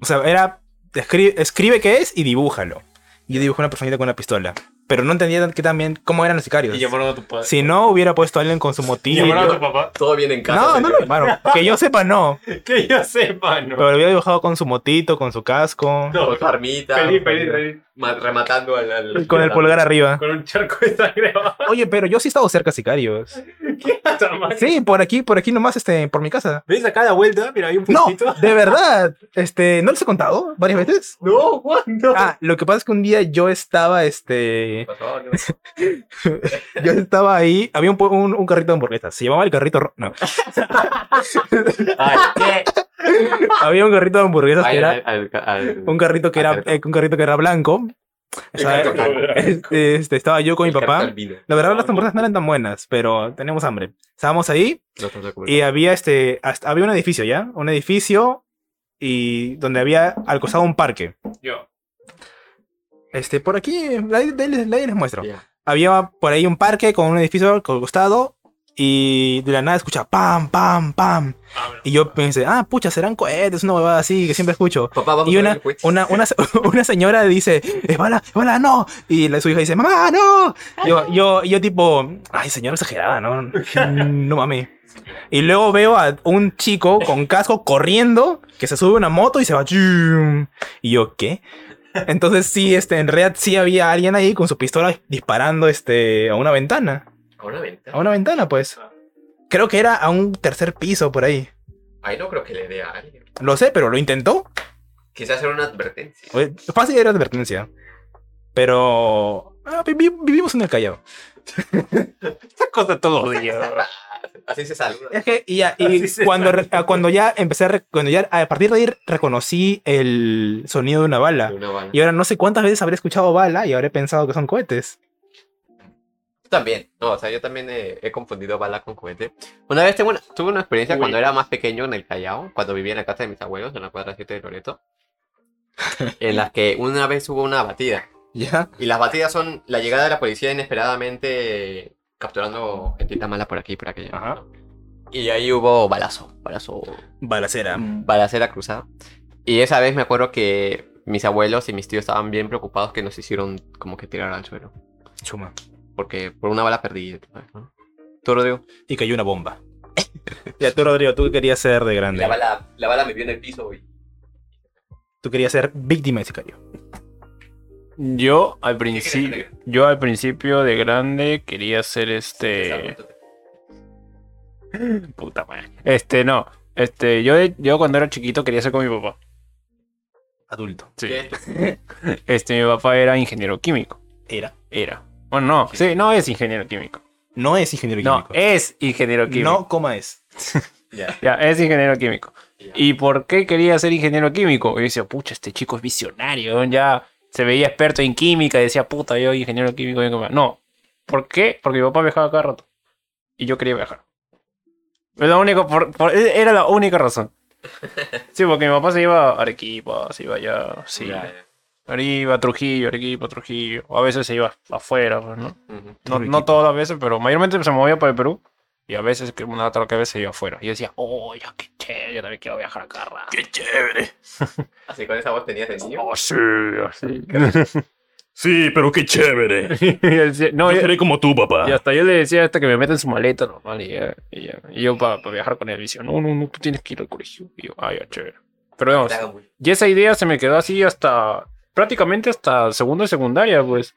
O sea, era. Escribe, escribe qué es y dibújalo. Y Yo dibujé una personita con una pistola. Pero no entendía tan- que también cómo eran los sicarios.
Y llamaron a tu padre.
Si no hubiera puesto a alguien con su
Y
motillo.
llamaron a tu papá.
Todo bien en casa.
No, no
señor.
lo llamaron. Que yo sepa, no.
Que yo sepa, ¿no?
Pero lo había dibujado con su motito, con su casco.
No,
Con su armita.
feliz, feliz, feliz.
ma- Rematando al... al-
Con el
al-
pulgar arriba.
Con un charco de sangre.
Oye, pero yo sí he estado cerca de sicarios. Ah,
¿Qué pasa, man?
Sí, por aquí, por aquí nomás, este, por mi casa.
¿Ves acá a la vuelta? Mira, hay un
No,
puntito.
de verdad. Este, ¿no les he contado varias veces?
No, Juan, no.
Ah, lo que pasa es que un día yo estaba, este,
Pasó, ¿no?
yo estaba ahí, había un, pu- un, un carrito de hamburguesas, se llamaba el carrito, ro- no,
Ay, ¿qué?
había un carrito de hamburguesas que
Ay, Ah,
era,
al- al- al-
un carrito que era,
Acerca.
eh, un carrito que era blanco, Estaba-
carrito blanco.
este, este, estaba yo con mi
el Ah, carrito
papá,
al vino.
la verdad las hamburguesas no eran tan buenas, pero teníamos hambre, estábamos ahí
No estamos de acuerdo.
y había este, hasta- había un edificio ya, un edificio y donde había al costado un parque,
Yo.
este, por aquí, de ahí- de ahí les de ahí les muestro.
Ya.
había por ahí un parque con un edificio al costado Y de la nada escucha pam, pam, pam.
Ah,
Y yo pensé, ah, pucha, serán cohetes, una huevada así que siempre escucho.
Papá, vamos
Y
a
una,
ver, pues.
una, una, una señora dice, es bala, es bala, no. Y la, su hija dice, mamá, no. Yo, yo, yo tipo, ay, señora exagerada, no, no mami. Y luego veo a un chico con casco corriendo que se sube a una moto y se va. chum. Y yo, ¿qué? Entonces sí, este, en realidad sí había alguien ahí con su pistola disparando este, a una ventana.
A una ventana.
A una ventana, pues. Creo que era a un tercer piso por ahí.
Ahí no creo que le dé a alguien.
Lo sé, pero lo intentó.
Quizás era una advertencia.
Oye, Fácil era advertencia. Pero. ah, vivi- vivimos en el Callao.
Esta cosa todos los días.
Así se saluda.
Es que y ya- y cuando, re- ah, cuando ya empecé a re- cuando ya a partir de ahí reconocí el sonido de una
De
bala.
una bala.
Y ahora no sé cuántas veces habré escuchado bala y habré pensado que son cohetes.
También, no, o sea, yo también eh, he, confundido bala con cohete. Una vez tengo una- tuve una experiencia cuando era más pequeño en el Callao, cuando vivía en la casa de mis abuelos, en la cuadra 7 de Loreto, en las que una vez hubo una batida.
Ya.
Y las batidas son la llegada de la policía inesperadamente capturando gentita mala por aquí y por aquella.
Ajá.
¿no? Y ahí hubo balazo, balazo,
Balacera.
balacera cruzada. Y esa vez me acuerdo que mis abuelos y mis tíos estaban bien preocupados que nos hicieron como que tirar al suelo.
Chuma.
Porque por una bala perdida. ¿no? ¿Tú, Rodrigo?
Y cayó una bomba. ya tú, Rodrigo, tú querías ser de grande.
La bala, la bala me vio en el piso y
Tú querías ser víctima de sicario.
Yo al
querías
principio,
ser?
yo al principio de grande quería ser este. Puta madre. Este, no. Este, yo, de- yo cuando era chiquito quería ser como mi papá.
Adulto.
Sí. Este, mi papá era ingeniero químico.
Era.
Era. Bueno, no, sí, no es ingeniero químico.
No es ingeniero
No,
químico.
es ingeniero químico.
no coma es.
Ya, es ingeniero químico.
Ya.
¿Y por qué quería ser ingeniero químico? Y yo decía, pucha, este chico es visionario, ya se veía experto en química y decía, puta, yo ingeniero químico. yo como- No, ¿por qué? Porque mi papá viajaba cada rato. Y yo quería viajar. Es la única por- por- e, era la única razón. Sí, porque mi papá se iba a Arequipa, se iba allá, sí. Arriba, Trujillo, Arequipa, Trujillo. O a veces se iba afuera, pues, ¿no? No, no
Arequipa.
todas las veces, pero mayormente se movía para el Perú. Y a veces, que una otra que vez se iba afuera. Y yo decía, oh, ya qué chévere, yo también quiero viajar acá. rato".
Así con esa voz tenías de niño.
Oh, sí, así.
Sí, pero qué chévere.
Y yo decía, no,
Yo
yo-
seré como tú, papá.
y hasta yo le decía hasta que me meta en su maleta normal. Y, ya- y ya. Y yo para viajar con él, me decía, no, no, no, tú tienes que ir al colegio. Y yo, ah, ya chévere. Pero vamos, y esa idea se me quedó así hasta prácticamente hasta segundo de secundaria, pues.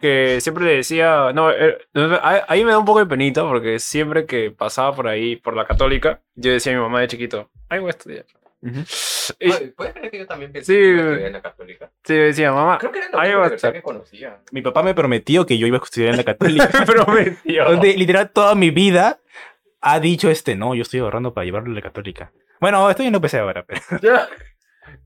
Que siempre le decía, no, eh, ahí- ahí me da un poco de penita porque siempre que pasaba por ahí, por la católica, yo decía a mi mamá de chiquito, ay, voy a estudiar. Y-
Ay, ¿Puedes creer que yo también pensé
Sí,
que iba a
güey.
estudiar en la católica?
sí, yo decía, mamá,
Creo que era la
ahí
única
va a
universidad
estar.
que conocía.
Mi papá me prometió que yo iba a estudiar en la católica.
pero me
donde literal toda mi vida ha dicho este, no, yo estoy ahorrando para llevarlo a la católica. Bueno, estoy en UPC ahora, pero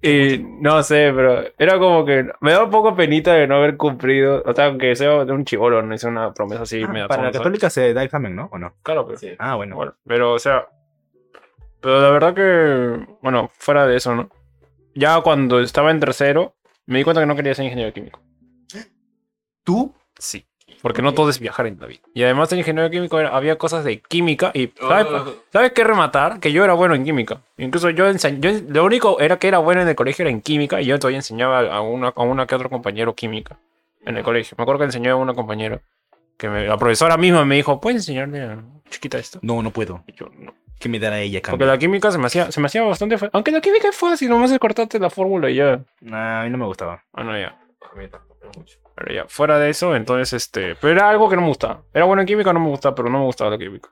Y no sé, pero era como que me da un poco penita de no haber cumplido, o sea, aunque sea de un chivolo, no hice una promesa así, me da
Ah, para la católica se da examen, ¿no? ¿O no?
Claro, pero...
Sí.
Ah, bueno.
Bueno, pero o sea, pero la verdad que, bueno, fuera de eso, ¿no? Ya cuando estaba en tercero, me di cuenta que no quería ser ingeniero químico.
¿Tú?
Sí. Porque no todo es viajar en la vida. Y además en ingeniero químico era- había cosas de química y... ¿sabes,
Oh.
¿sabes qué rematar? Que yo era bueno en química. Incluso yo, ense- yo en- Lo único era que era bueno en el colegio era en química y yo todavía enseñaba a una, a una que otro compañero química en el colegio. Me acuerdo que enseñaba a una compañera que me- la profesora misma me dijo, ¿puedes enseñarle a la chiquita esto?
No, no puedo.
Y yo, no.
¿Qué me dará ella,
Porque la química se me hacía, se me hacía bastante fácil. Aunque la química es fácil, nomás es cortarte la fórmula y ya.
Nah, a mí no me gustaba.
Bueno, ya.
A mí tampoco mucho.
Pero ya, fuera de eso, entonces este. Pero era algo que no me gustaba. Era bueno en química, no me gustaba, pero no me gustaba la química.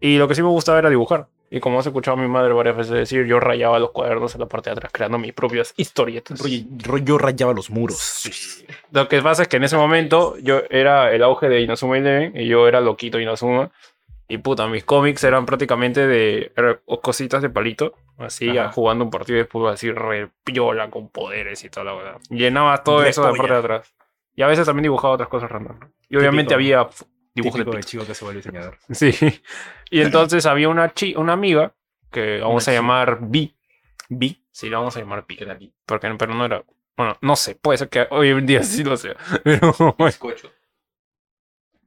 Y lo que sí me gustaba era dibujar. Y como has escuchado a mi madre varias veces decir, yo rayaba los cuadernos en la parte de atrás, creando mis propias historietas.
Yo, yo rayaba los muros.
Lo que pasa es que en ese momento yo era el auge de Inazuma Eleven y yo era loquito Inazuma. Y puta, mis cómics eran prácticamente de eran cositas de palito, así
Ajá.
a- jugando un partido de fútbol así re piola con poderes y toda la verdad. Llenaba todo
Re
eso de la parte
polla.
de atrás. Y a veces también dibujaba otras cosas random. ¿no? Y
Típico.
obviamente había f- dibujos de
Típico del
pito.
chico que se vuelve diseñador.
Sí. Y entonces había una, chi una amiga que vamos a
chica.
llamar B.
Vi.
Sí, la vamos a llamar Pi. Porque en Perú no era. Bueno, no sé, puede ser que hoy en día sí lo sea. Pero bueno,
Bizcocho.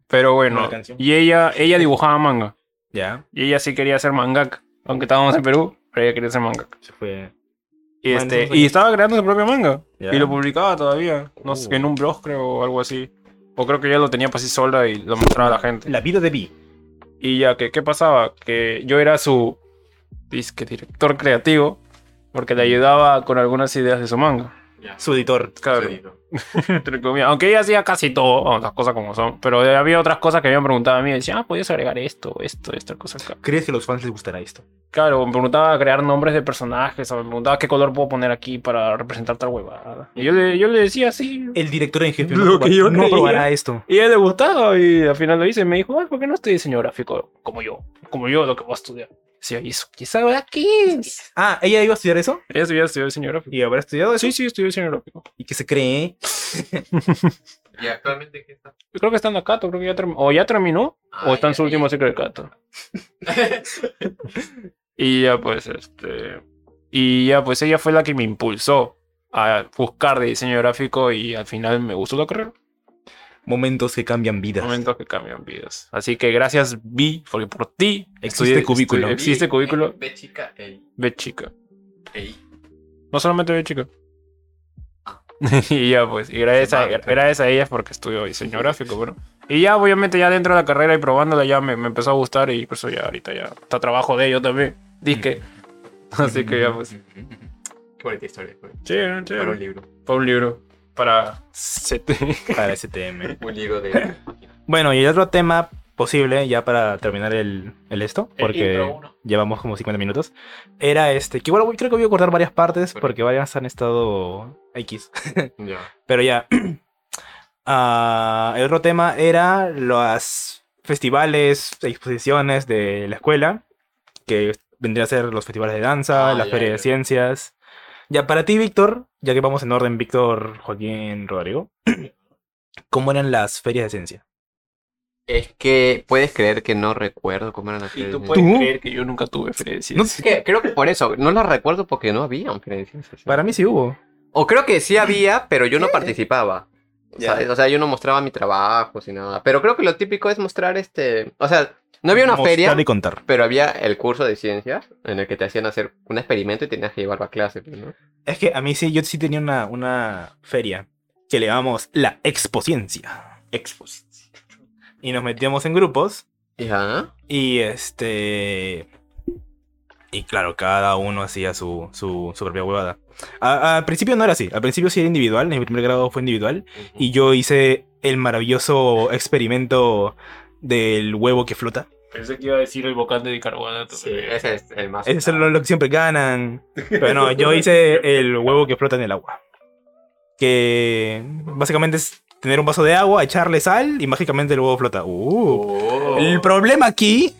Pero
Como
bueno,
la canción.
y ella, ella dibujaba manga.
Ya,
Y ella sí quería ser mangaka. Aunque estábamos en Perú, pero ella quería ser mangaka.
se fue.
Y,
Bueno,
este,
entonces-
y estaba creando su propio manga.
Ya.
Y lo publicaba todavía. No sé,
Uh.
en un blog creo o algo así. O creo que ella lo tenía para sí sola y lo mostraba a la gente.
La vida de Vi.
Y ya, que ¿qué pasaba? Que yo era su disque director creativo. Porque le ayudaba con algunas ideas de su manga.
Su editor.
Claro. entre comillas. Aunque ella hacía casi todo, vamos, las cosas como son. Pero había otras cosas que me habían preguntado a mí. Decía, ah, podías agregar esto, esto, esta cosa acá.
¿Crees que a los fans les gustará esto?
Claro, me preguntaba crear nombres de personajes, o me preguntaba qué color puedo poner aquí para representar tal huevada. Y yo le, yo le decía así.
El director en jefe
Lo
no,
que yo
no
creía.
aprobará esto.
Y a él le gustaba y al final lo hice. Y me dijo, ay, ¿por qué no estoy diseño gráfico como yo? Como yo, lo que voy a estudiar. Decía, ¿y eso? ¿Qué sabe aquí?
Ah, ¿ella iba a estudiar eso?
Ella estudió estudió diseño gráfico.
¿Y habrá estudiado eso?
Sí, sí, estudió diseño gráfico.
¿Y que se cree?
¿Y actualmente qué está?
Yo Pues creo que está en la Cato, creo que ya terminó. O ya terminó, o está en su último ciclo de Cato. y ya pues, este. Y ya pues ella fue la que me impulsó a buscar de diseño gráfico y al final me gustó la carrera.
Momentos que cambian vidas.
Momentos que cambian vidas. Así que gracias, Vi, porque por ti
Existe Cubículo.
existe cubículo.
Ve chica, ey,
Ve chica.
ey.
No solamente ve chica. y ya pues, y gracias a, gracias a ellas porque estudio diseño gráfico, bueno. Y ya obviamente ya dentro de la carrera y probándola ya me, me empezó a gustar y por eso ya ahorita ya está trabajo de ello también. Disque. Así que ya pues.
Qué bonita historia, güey.
Chévere,
Para un
chévere.
libro.
Para un libro. Para CT.
Para ese tema.
Un libro de.
Bueno, y otro tema posible, ya para terminar el, el esto, porque
intro uno.
llevamos como 50 minutos, era este, que igual voy- creo que voy a cortar varias partes porque varias han estado X.
Ya.
Pero ya. Ah, el otro tema era los festivales, exposiciones de la escuela, que vendría a ser los festivales de danza,
Ah,
las
ya,
ferias de
ya.
ciencias. Ya, para ti, Víctor, ya que vamos en orden, Víctor, Joaquín, Rodrigo, ¿cómo eran las ferias de ciencia?
Es que puedes creer que no recuerdo cómo eran las
Y tú
credenciales.
puedes
¿Tú?
creer que yo nunca tuve experiencia.
No,
Es que creo que por eso, no las recuerdo porque no había credenciales.
Para mí sí hubo.
O creo que Mm. sí había, pero yo no participaba.
Ya.
¿sabes? O sea, yo no mostraba mi trabajo, ni nada. Pero creo que lo típico es mostrar este. O sea, no había una
Mostrar
feria,
y contar.
pero había el curso de ciencias en el que te hacían hacer un experimento y tenías que llevarlo a clase. pues, ¿no?
Es que a mí sí, yo sí tenía una, una feria que le llamamos la Expociencia. Expociencia. Y nos metíamos en grupos
Ya.
y este... Y claro, cada uno hacía su, su, su propia huevada. A- al principio no era así, al principio sí era individual, en mi primer grado fue individual. Y yo hice el maravilloso experimento del huevo que flota.
Pensé que iba a decir el bocante de carbonato.
Sí, ese es el más.
Eso es lo, lo que siempre ganan. Pero no, yo hice el huevo que flota en el agua. Que básicamente es tener un vaso de agua, echarle sal y mágicamente el huevo flota. Uh.
Oh.
El problema aquí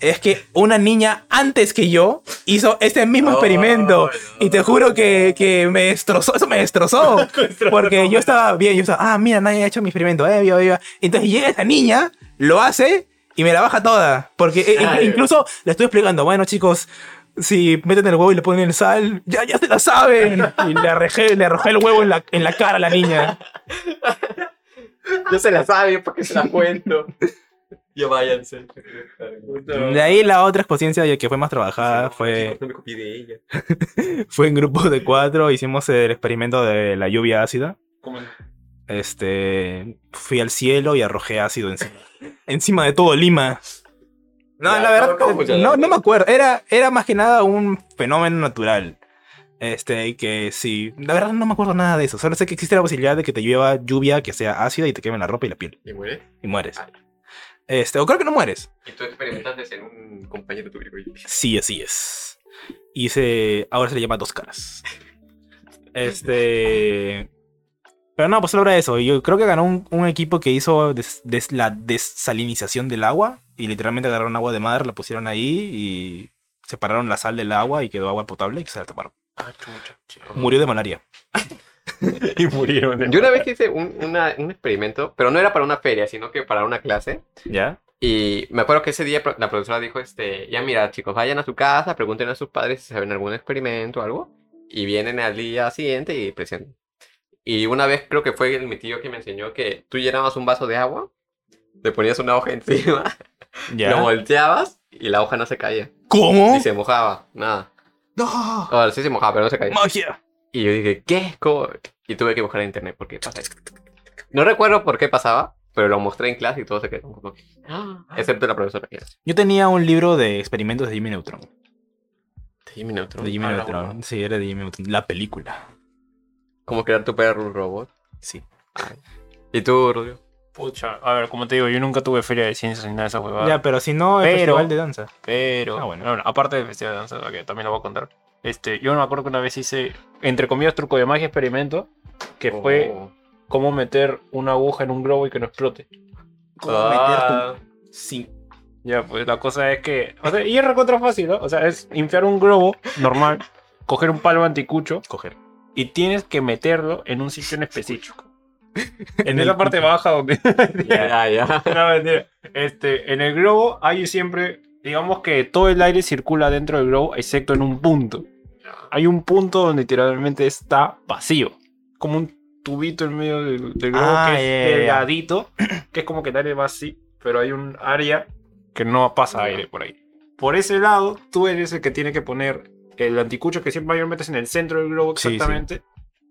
es que una niña antes que yo hizo este mismo experimento. Y te juro que, que me destrozó, eso me destrozó. porque yo estaba bien, yo estaba, ah, mira, nadie ha hecho mi experimento, eh, viva, viva. Entonces llega esa niña, lo hace y me la baja toda. Porque eh, in- incluso le estoy explicando, bueno, chicos, si meten el huevo y le ponen el sal, ya, ya se la saben. Y le arrojé, le arrojé el huevo en la, en la cara a la niña.
Yo se la sabía porque se la cuento. Yo váyanse.
De ahí la otra experiencia que fue más trabajada fue,
No me copié de ella.
fue en grupo de cuatro, hicimos el experimento de la lluvia ácida.
¿Cómo no?
Este, fui al cielo y arrojé ácido encima, encima de todo Lima. No,
Ya,
la verdad,
¿cómo- cómo funciona?
no, no me acuerdo. Era, era más que nada un fenómeno natural. Este, que sí, la verdad no me acuerdo nada de eso. Solo sé que existe la posibilidad de que te llueva lluvia que sea ácida y te queme la ropa y la piel
¿Y muere?
y mueres.
Ah.
Este, o creo que no mueres.
Y tú experimentaste en un compañero tuyo.
Sí, así es. Y se, ahora se le llama dos caras. Este. Pero no, pues solo era eso. Yo creo que ganó un, un equipo que hizo des- des- la desalinización del agua. Y literalmente agarraron agua de mar, la pusieron ahí y separaron la sal del agua y quedó agua potable y se la tomaron. Murió de malaria.
Y murieron.
Yo una vez hice un, una- un experimento, pero no era para una feria, sino que para una clase.
¿Ya?
Y me acuerdo que ese día pro- la profesora dijo, este, ya mira, chicos, vayan a su casa, pregunten a sus padres si saben algún experimento o algo, y vienen al día siguiente y presentan. Y una vez creo que fue el- mi tío que me enseñó que tú llenabas un vaso de agua Te ponías una hoja encima,
¿Ya?
lo volteabas y la hoja no se caía.
¿Cómo?
Ni se mojaba, nada.
¡No!
Ahora sí se mojaba, pero no se caía.
¡Magia!
Y yo dije, ¿qué? ¿Cómo? Y tuve que buscar en internet porque pasa esto. No recuerdo por qué pasaba, pero lo mostré en clase y todos se quedaron como que, "Ah", Excepto la profesora. que era así,
Yo tenía un libro de experimentos de Jimmy Neutron.
"Jimmy Neutron,
De Jimmy
Ah, la
Neutron. Sí, era de Jimmy Neutron. La película.
¿Cómo crear tu perro un robot?
Sí.
¿Y tú, Rodrigo?
Pucha, a ver, como te digo, yo nunca tuve feria de ciencias ni nada de esa huevada.
Ya, pero si no, el
Ah. Pero-
festival de danza.
Pero,
Ah, bueno.
no, no, aparte del festival de danza, que también lo voy a contar. Este, yo me acuerdo que una vez hice, entre comillas, truco de magia experimento, que fue
Oh.
cómo meter una aguja en un globo y que no explote.
Ah,
Sí.
Ya, pues la cosa es que. O sea, y es recontra fácil, ¿no? O sea, es inflar un globo normal, coger un palo anticucho
Coger.
y tienes que meterlo en un sitio en específico. En
el-
esa parte baja donde.
Ya, ya.
No, mentira. Este, en el globo hay siempre, digamos que todo el aire circula dentro del globo, excepto en un punto. Hay un punto donde literalmente está vacío, como un tubito en medio del, del globo
Ah,
que es
ya, ya, ya.
delgadito, que es como que el aire va así, pero hay un área que no pasa aire por ahí. Por ese lado, tú eres el que tiene que poner el anticucho que siempre mayormente es en el centro del globo
Sí, sí.
exactamente.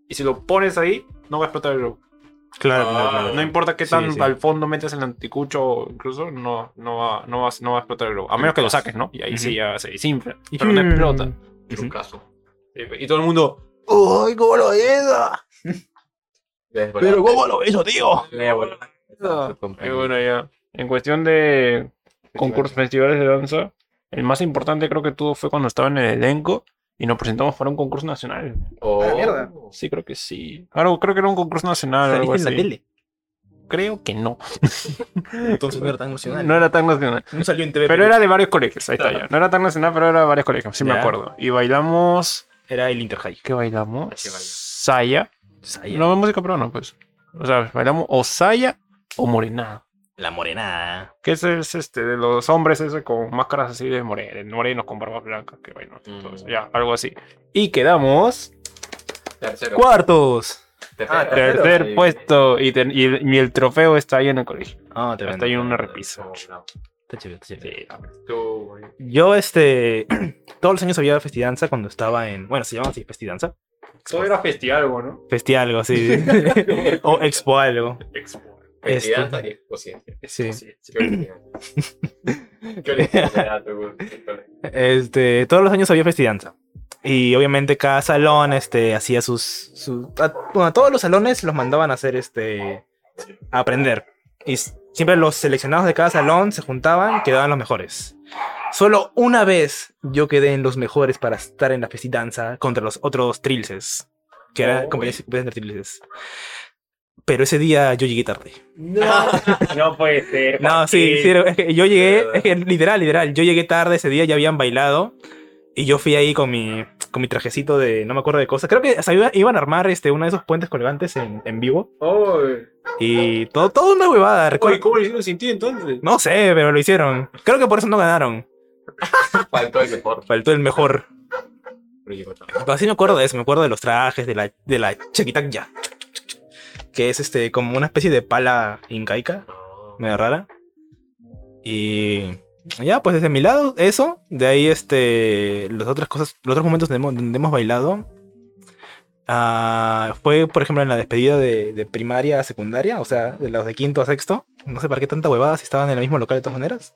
Y si lo pones ahí, no va a explotar el globo.
Claro,
Ah,
claro, claro.
No importa qué
Sí,
tan
sí.
al fondo metas el anticucho, incluso no, no, va, no, va, no va a explotar el globo. A menos que lo saques, ¿no? Y ahí sí ya se desinfla. Pero no explota.
mm, Ujú.
caso.
Y todo el mundo.
¡Uy, cómo lo hizo! Ah, cómo lo hizo, tío!
Y bueno, ya. En cuestión de concursos, festivales de danza, el más importante creo que tuvo fue cuando estaba en el elenco y nos presentamos para un concurso nacional.
Oh.
Oh.
mierda.
Sí, creo que sí. Claro, creo que era un concurso nacional. o algo
Saliste en la
así.
tele.
Creo que no.
Entonces no era tan emocional.
No era tan nacional.
No salió en TV.
Pero era de varios colegios, ahí está
Claro.
ya. No era tan nacional, pero era de varios colegios, sí me
Ya.
acuerdo. Y bailamos.
Era el Interhigh.
¿Qué bailamos?
¿Qué bailó?
Saya. No es música peruana, pues. O sea, bailamos o Saya o Morenada.
La morena.
Que ese es este de los hombres ese con máscaras así de morenos, morenos con barbas blancas, que bueno, todo
Mm.
eso, ya, algo así. Y quedamos
Tercero.
¡Cuartos!
Ah,
Tercero.
tercer
Sí.
puesto y, ten- y el, y el trofeo está ahí en el colegio.
Ah, te
Está ahí en una repisa.
Está chévere, está chévere.
Sí.
Oh, Tú,
Yo, este. Todos los años había festidanza cuando estaba en. Bueno, se llama así, festidanza.
Todo era festival, ¿no?
Festi algo, sí. sí. o expo algo. Este.
Festividad y exposición.
Sí.
Qué original.
Este, todos los años había festidanza. Y obviamente cada salón este, hacía sus... su- a, bueno, a todos los salones los mandaban a hacer este... A aprender. Y s- siempre los seleccionados de cada salón se juntaban, quedaban los mejores. Solo una vez yo quedé en los mejores para estar en la festidanza contra los otros trilces. Que era
Oh.
competencia competencia entre trilces. Pero ese día yo llegué tarde.
No puede ser.
No, sí, sí, es que yo llegué, es que literal, literal, yo llegué tarde ese día, ya habían bailado y yo fui ahí con mi, con mi trajecito de, no me acuerdo de cosas, creo que hasta iba- iban a armar este, uno de esos puentes colgantes en, en vivo y todo, todo una huevada, recuerdo.
¿Cómo lo hicieron sin ti entonces?
No sé, pero lo hicieron. Creo que por eso no ganaron.
Faltó el mejor.
Faltó el mejor.
pero llegó tarde.
Pero sí me acuerdo de eso, me acuerdo de los trajes, de la, de la chaquitacya, que es este, como una especie de pala incaica. medio rara. Y ya, pues desde mi lado, eso. De ahí, este, las otras cosas, los otros momentos donde hemos, donde hemos bailado. ah, fue, por ejemplo, en la despedida de, de primaria a secundaria, o sea, de los de quinto a sexto. No sé para qué tanta huevada si estaban en el mismo local de todas maneras.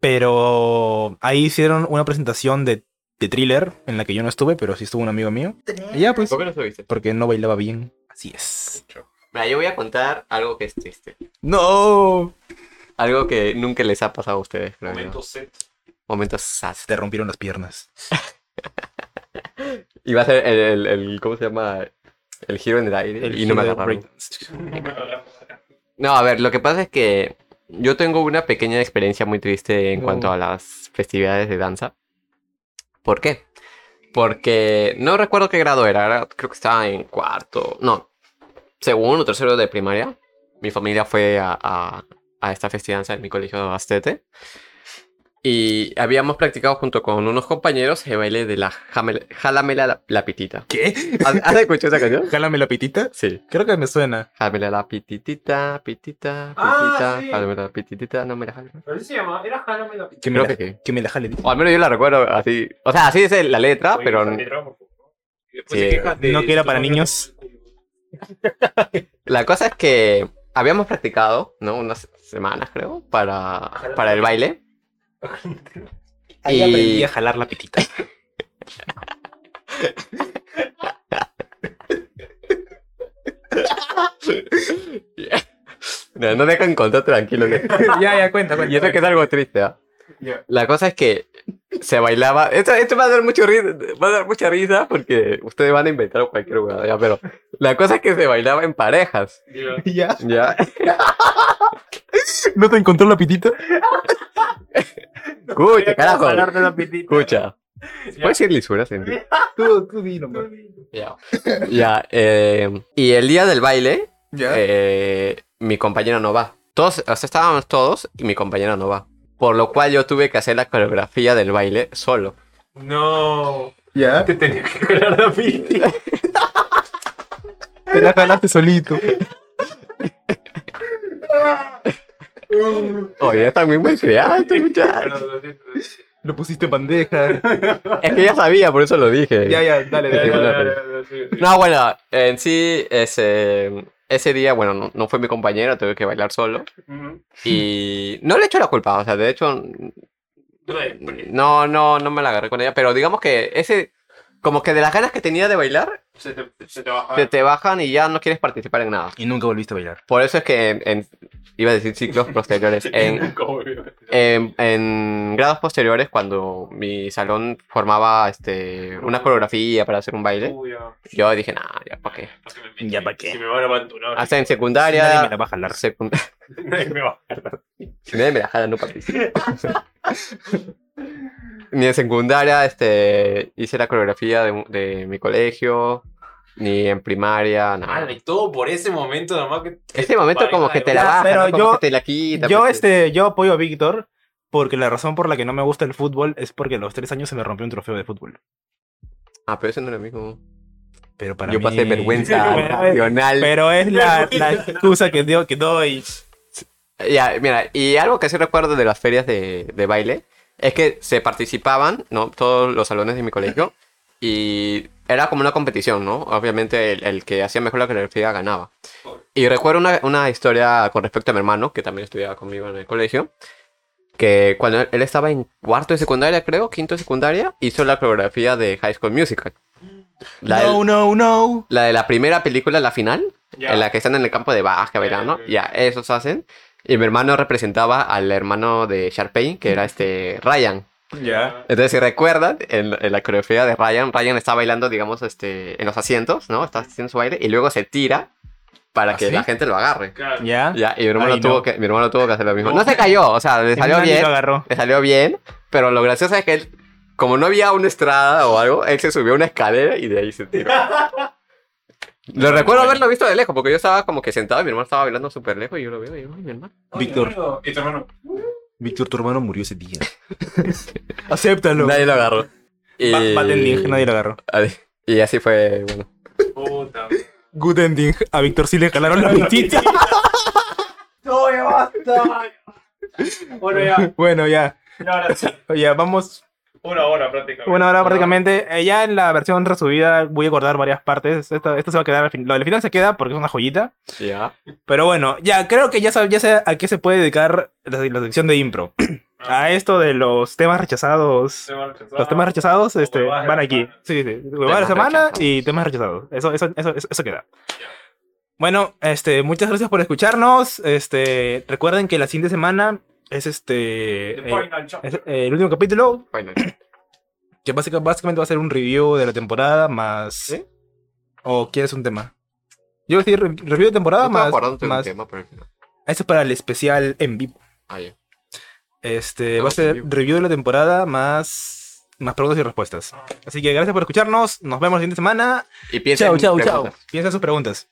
Pero ahí hicieron una presentación de, de thriller en la que yo no estuve, pero sí estuvo un amigo mío. Y ya, pues,
¿Por qué no subiste?
porque no bailaba bien. Así es.
Mira, yo voy a contar algo que es triste.
¡No!
Algo que nunca les ha pasado a ustedes, creo yo.
set.
Momentos sas.
Ah, Te rompieron las piernas.
Iba a ser el, el, el- ¿cómo se llama? El giro en el aire y no
giro
me
de
agarraron.
breakdance.
No, a ver, lo que pasa es que yo tengo una pequeña experiencia muy triste en
Oh.
cuanto a las festividades de danza. ¿Por qué? Porque no recuerdo qué grado era, era- creo que estaba en cuarto, no, segundo o tercero de primaria. Mi familia fue a, a- a esta festividad en mi colegio de Bastete. Y habíamos practicado junto con unos compañeros el baile de la jamel- jálamela la, la pitita.
¿Qué?
¿Has, has escuchado esa canción?
¿Jálame la pitita?
Sí.
Creo que me suena.
Jálamela la pititita, pitita, pitita,
Ah, sí.
jálamela la pititita, no me la jales.
Pero así se llama, era Jálame la
Que me,
Creo
la,
que sí.
que me la jale.
O al menos yo la recuerdo así. O sea, así es la letra, Ah, pero Sí.
¿No que era para niños?
La cosa es que habíamos practicado, ¿no? Unas semanas, creo, para, para el baile.
Ahí
Y-
aprendí a jalar la pitita.
No, no dejan contar tranquilo. que-
ya, ya, cuenta, cuenta.
Y eso que es algo triste, ¿ah? La cosa es que se bailaba. Esto, esto va a dar mucho risa, va a dar mucha risa porque ustedes van a inventar cualquier lugar, ya, pero la cosa es que se bailaba en parejas,
¿Ya?
¿ya?
¿No te encontró la pitita?
Escucha, carajo.
Escucha.
Escucha. ¿Puedes decir lisuras en ti?
Tú, tú di nomás.
Ya. Ya, eh, y el día del baile,
¿Ya?
eh, mi compañera no va. Todos, o sea, estábamos todos y mi compañera no va. Por lo cual yo tuve que hacer la coreografía del baile solo.
No.
¿Ya?
Te tenía que colar la pitita.
Te la jalaste solito.
Oye, están muy muy creados, muchachos.
Perdón, lo siento.
Lo pusiste en bandeja.
Es que ya sabía, por eso lo dije.
ya, ya, dale,
Ya,
dale.
ya,
dale.
ya, ya, sí, sí.
No, bueno, en sí, ese, ese día, bueno, no, no fue mi compañero, tuve que bailar solo.
Ujú.
Y no le echo la culpa, o sea, de hecho, no, no, no me la agarré con ella, pero digamos que ese, como que de las ganas que tenía de bailar,
Se te- se te baja.
Ah.
se te bajan y ya no quieres participar en nada.
Y nunca volviste a bailar.
Por eso es que en, en- iba a decir ciclos posteriores. En, en- en grados posteriores, cuando mi salón formaba este, una coreografía para hacer un baile,
Uy, ya.
yo dije, nah, ya, ¿para qué?
¿Para qué me metí?
Ya, ¿para qué?
Si me van a abandonar.
Hasta en
Nadie me la
secundaria.
va a jalar.
secund-
Nadie me va.
Si nadie me la jala, no participo. ni en secundaria este, hice la coreografía de, de mi colegio, ni en primaria, nada.
Ah, y todo por ese momento nomás que...
Este momento como que te la
Ya,
baja,
pero
como
yo-
que te la quita. pues,
Yo,
porque-
este, yo apoyo a Víctor porque la razón por la que no me gusta el fútbol es porque a los tres años se me rompió un trofeo de fútbol.
Ah, pero eso no es lo mismo.
Pero para
yo
mí-
pasé vergüenza
Pero-
nacional.
Pero es la, la excusa que, dio, que doy.
Ya, mira, y algo que sí recuerdo de las ferias de, de baile es que se participaban, ¿no? Todos los salones de mi colegio y era como una competición, ¿no? Obviamente el, el que hacía mejor la coreografía ganaba. Y recuerdo una, una historia con respecto a mi hermano, que también estudiaba conmigo en el colegio, que cuando él- él estaba en cuarto de secundaria, creo, quinto de secundaria, hizo la coreografía de High School Musical. La, del-
No, no, no.
la de la primera película, la final,
Ya.
en la que están en el campo de baja, verano,
ya,
ya, esos hacen. Y mi hermano representaba al hermano de Sharpay, que era este Ryan.
Ya.
Entonces, si recuerdan, en, en la coreografía de Ryan, Ryan está bailando, digamos, este, en los asientos, ¿no? Está haciendo su baile y luego se tira para
¿Ah,
que
sí?
la gente lo agarre.
Claro.
Ya.
Ya, y mi hermano,
Ay, no.
tuvo que, mi hermano tuvo que hacer lo mismo. No se cayó, o sea, le salió
Hernández
bien,
lo agarró.
le salió bien, pero lo gracioso es que él, como no había una estrada o algo, él se subió a una escalera y de ahí se tiró. Lo recuerdo haberlo visto de lejos, porque yo estaba como que sentado y mi hermano estaba bailando súper lejos y yo lo veo y yo, ay, mi hermano.
Víctor.
Oye, Y tu hermano.
Víctor, tu hermano murió ese día. Acéptalo.
Nadie lo agarró. Eh, Y...
Ba- Bad ending, nadie lo agarró.
Y así fue, bueno.
Puta.
Good ending. A Víctor sí le jalaron la pitita.
No, ya basta. Bueno, ya.
bueno, ya.
Ya, ahora sí.
Ya, vamos.
Una hora prácticamente.
Bueno, ahora prácticamente, eh, ya en la versión resubida voy a cortar varias partes. Esto, esto se va a quedar al final. Lo del final se queda porque es una joyita.
Ya.
Pero bueno, ya creo que ya, sab- ya sé a qué se puede dedicar la, la sección de impro.
Ah,
a esto de los temas rechazados. Los temas rechazados este,
Huevadas de
van
la
aquí.
semana.
Sí, sí. Huevadas de la
Temas
semana
rechazados.
y temas rechazados. Eso, eso, eso, eso, eso queda. Bueno, este, muchas gracias por escucharnos. Este, recuerden que la siguiente semana es este. eh, es, eh, el último capítulo.
Bueno,
Que básica- básicamente va a ser un review de la temporada más. ¿O quieres un tema? Yo voy a decir re- review de temporada
no más,
más.
acordando de un
más-
tema, pero al final.
Eso es para el especial en vivo.
Ah, ya.
Este
Ah,
va a ser
en vivo.
review de la temporada más, más preguntas y respuestas. Así que gracias por escucharnos. Nos vemos la siguiente semana.
Y piensen
Chao,
en
chao, chao.
preguntas.
Piensa sus preguntas.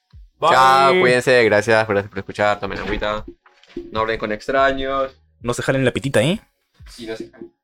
Chao,
Bye.
cuídense, gracias, gracias por escuchar, tomen agüita. No hablen con extraños.
No se jalen la pitita, ¿eh?
Y no se cambia.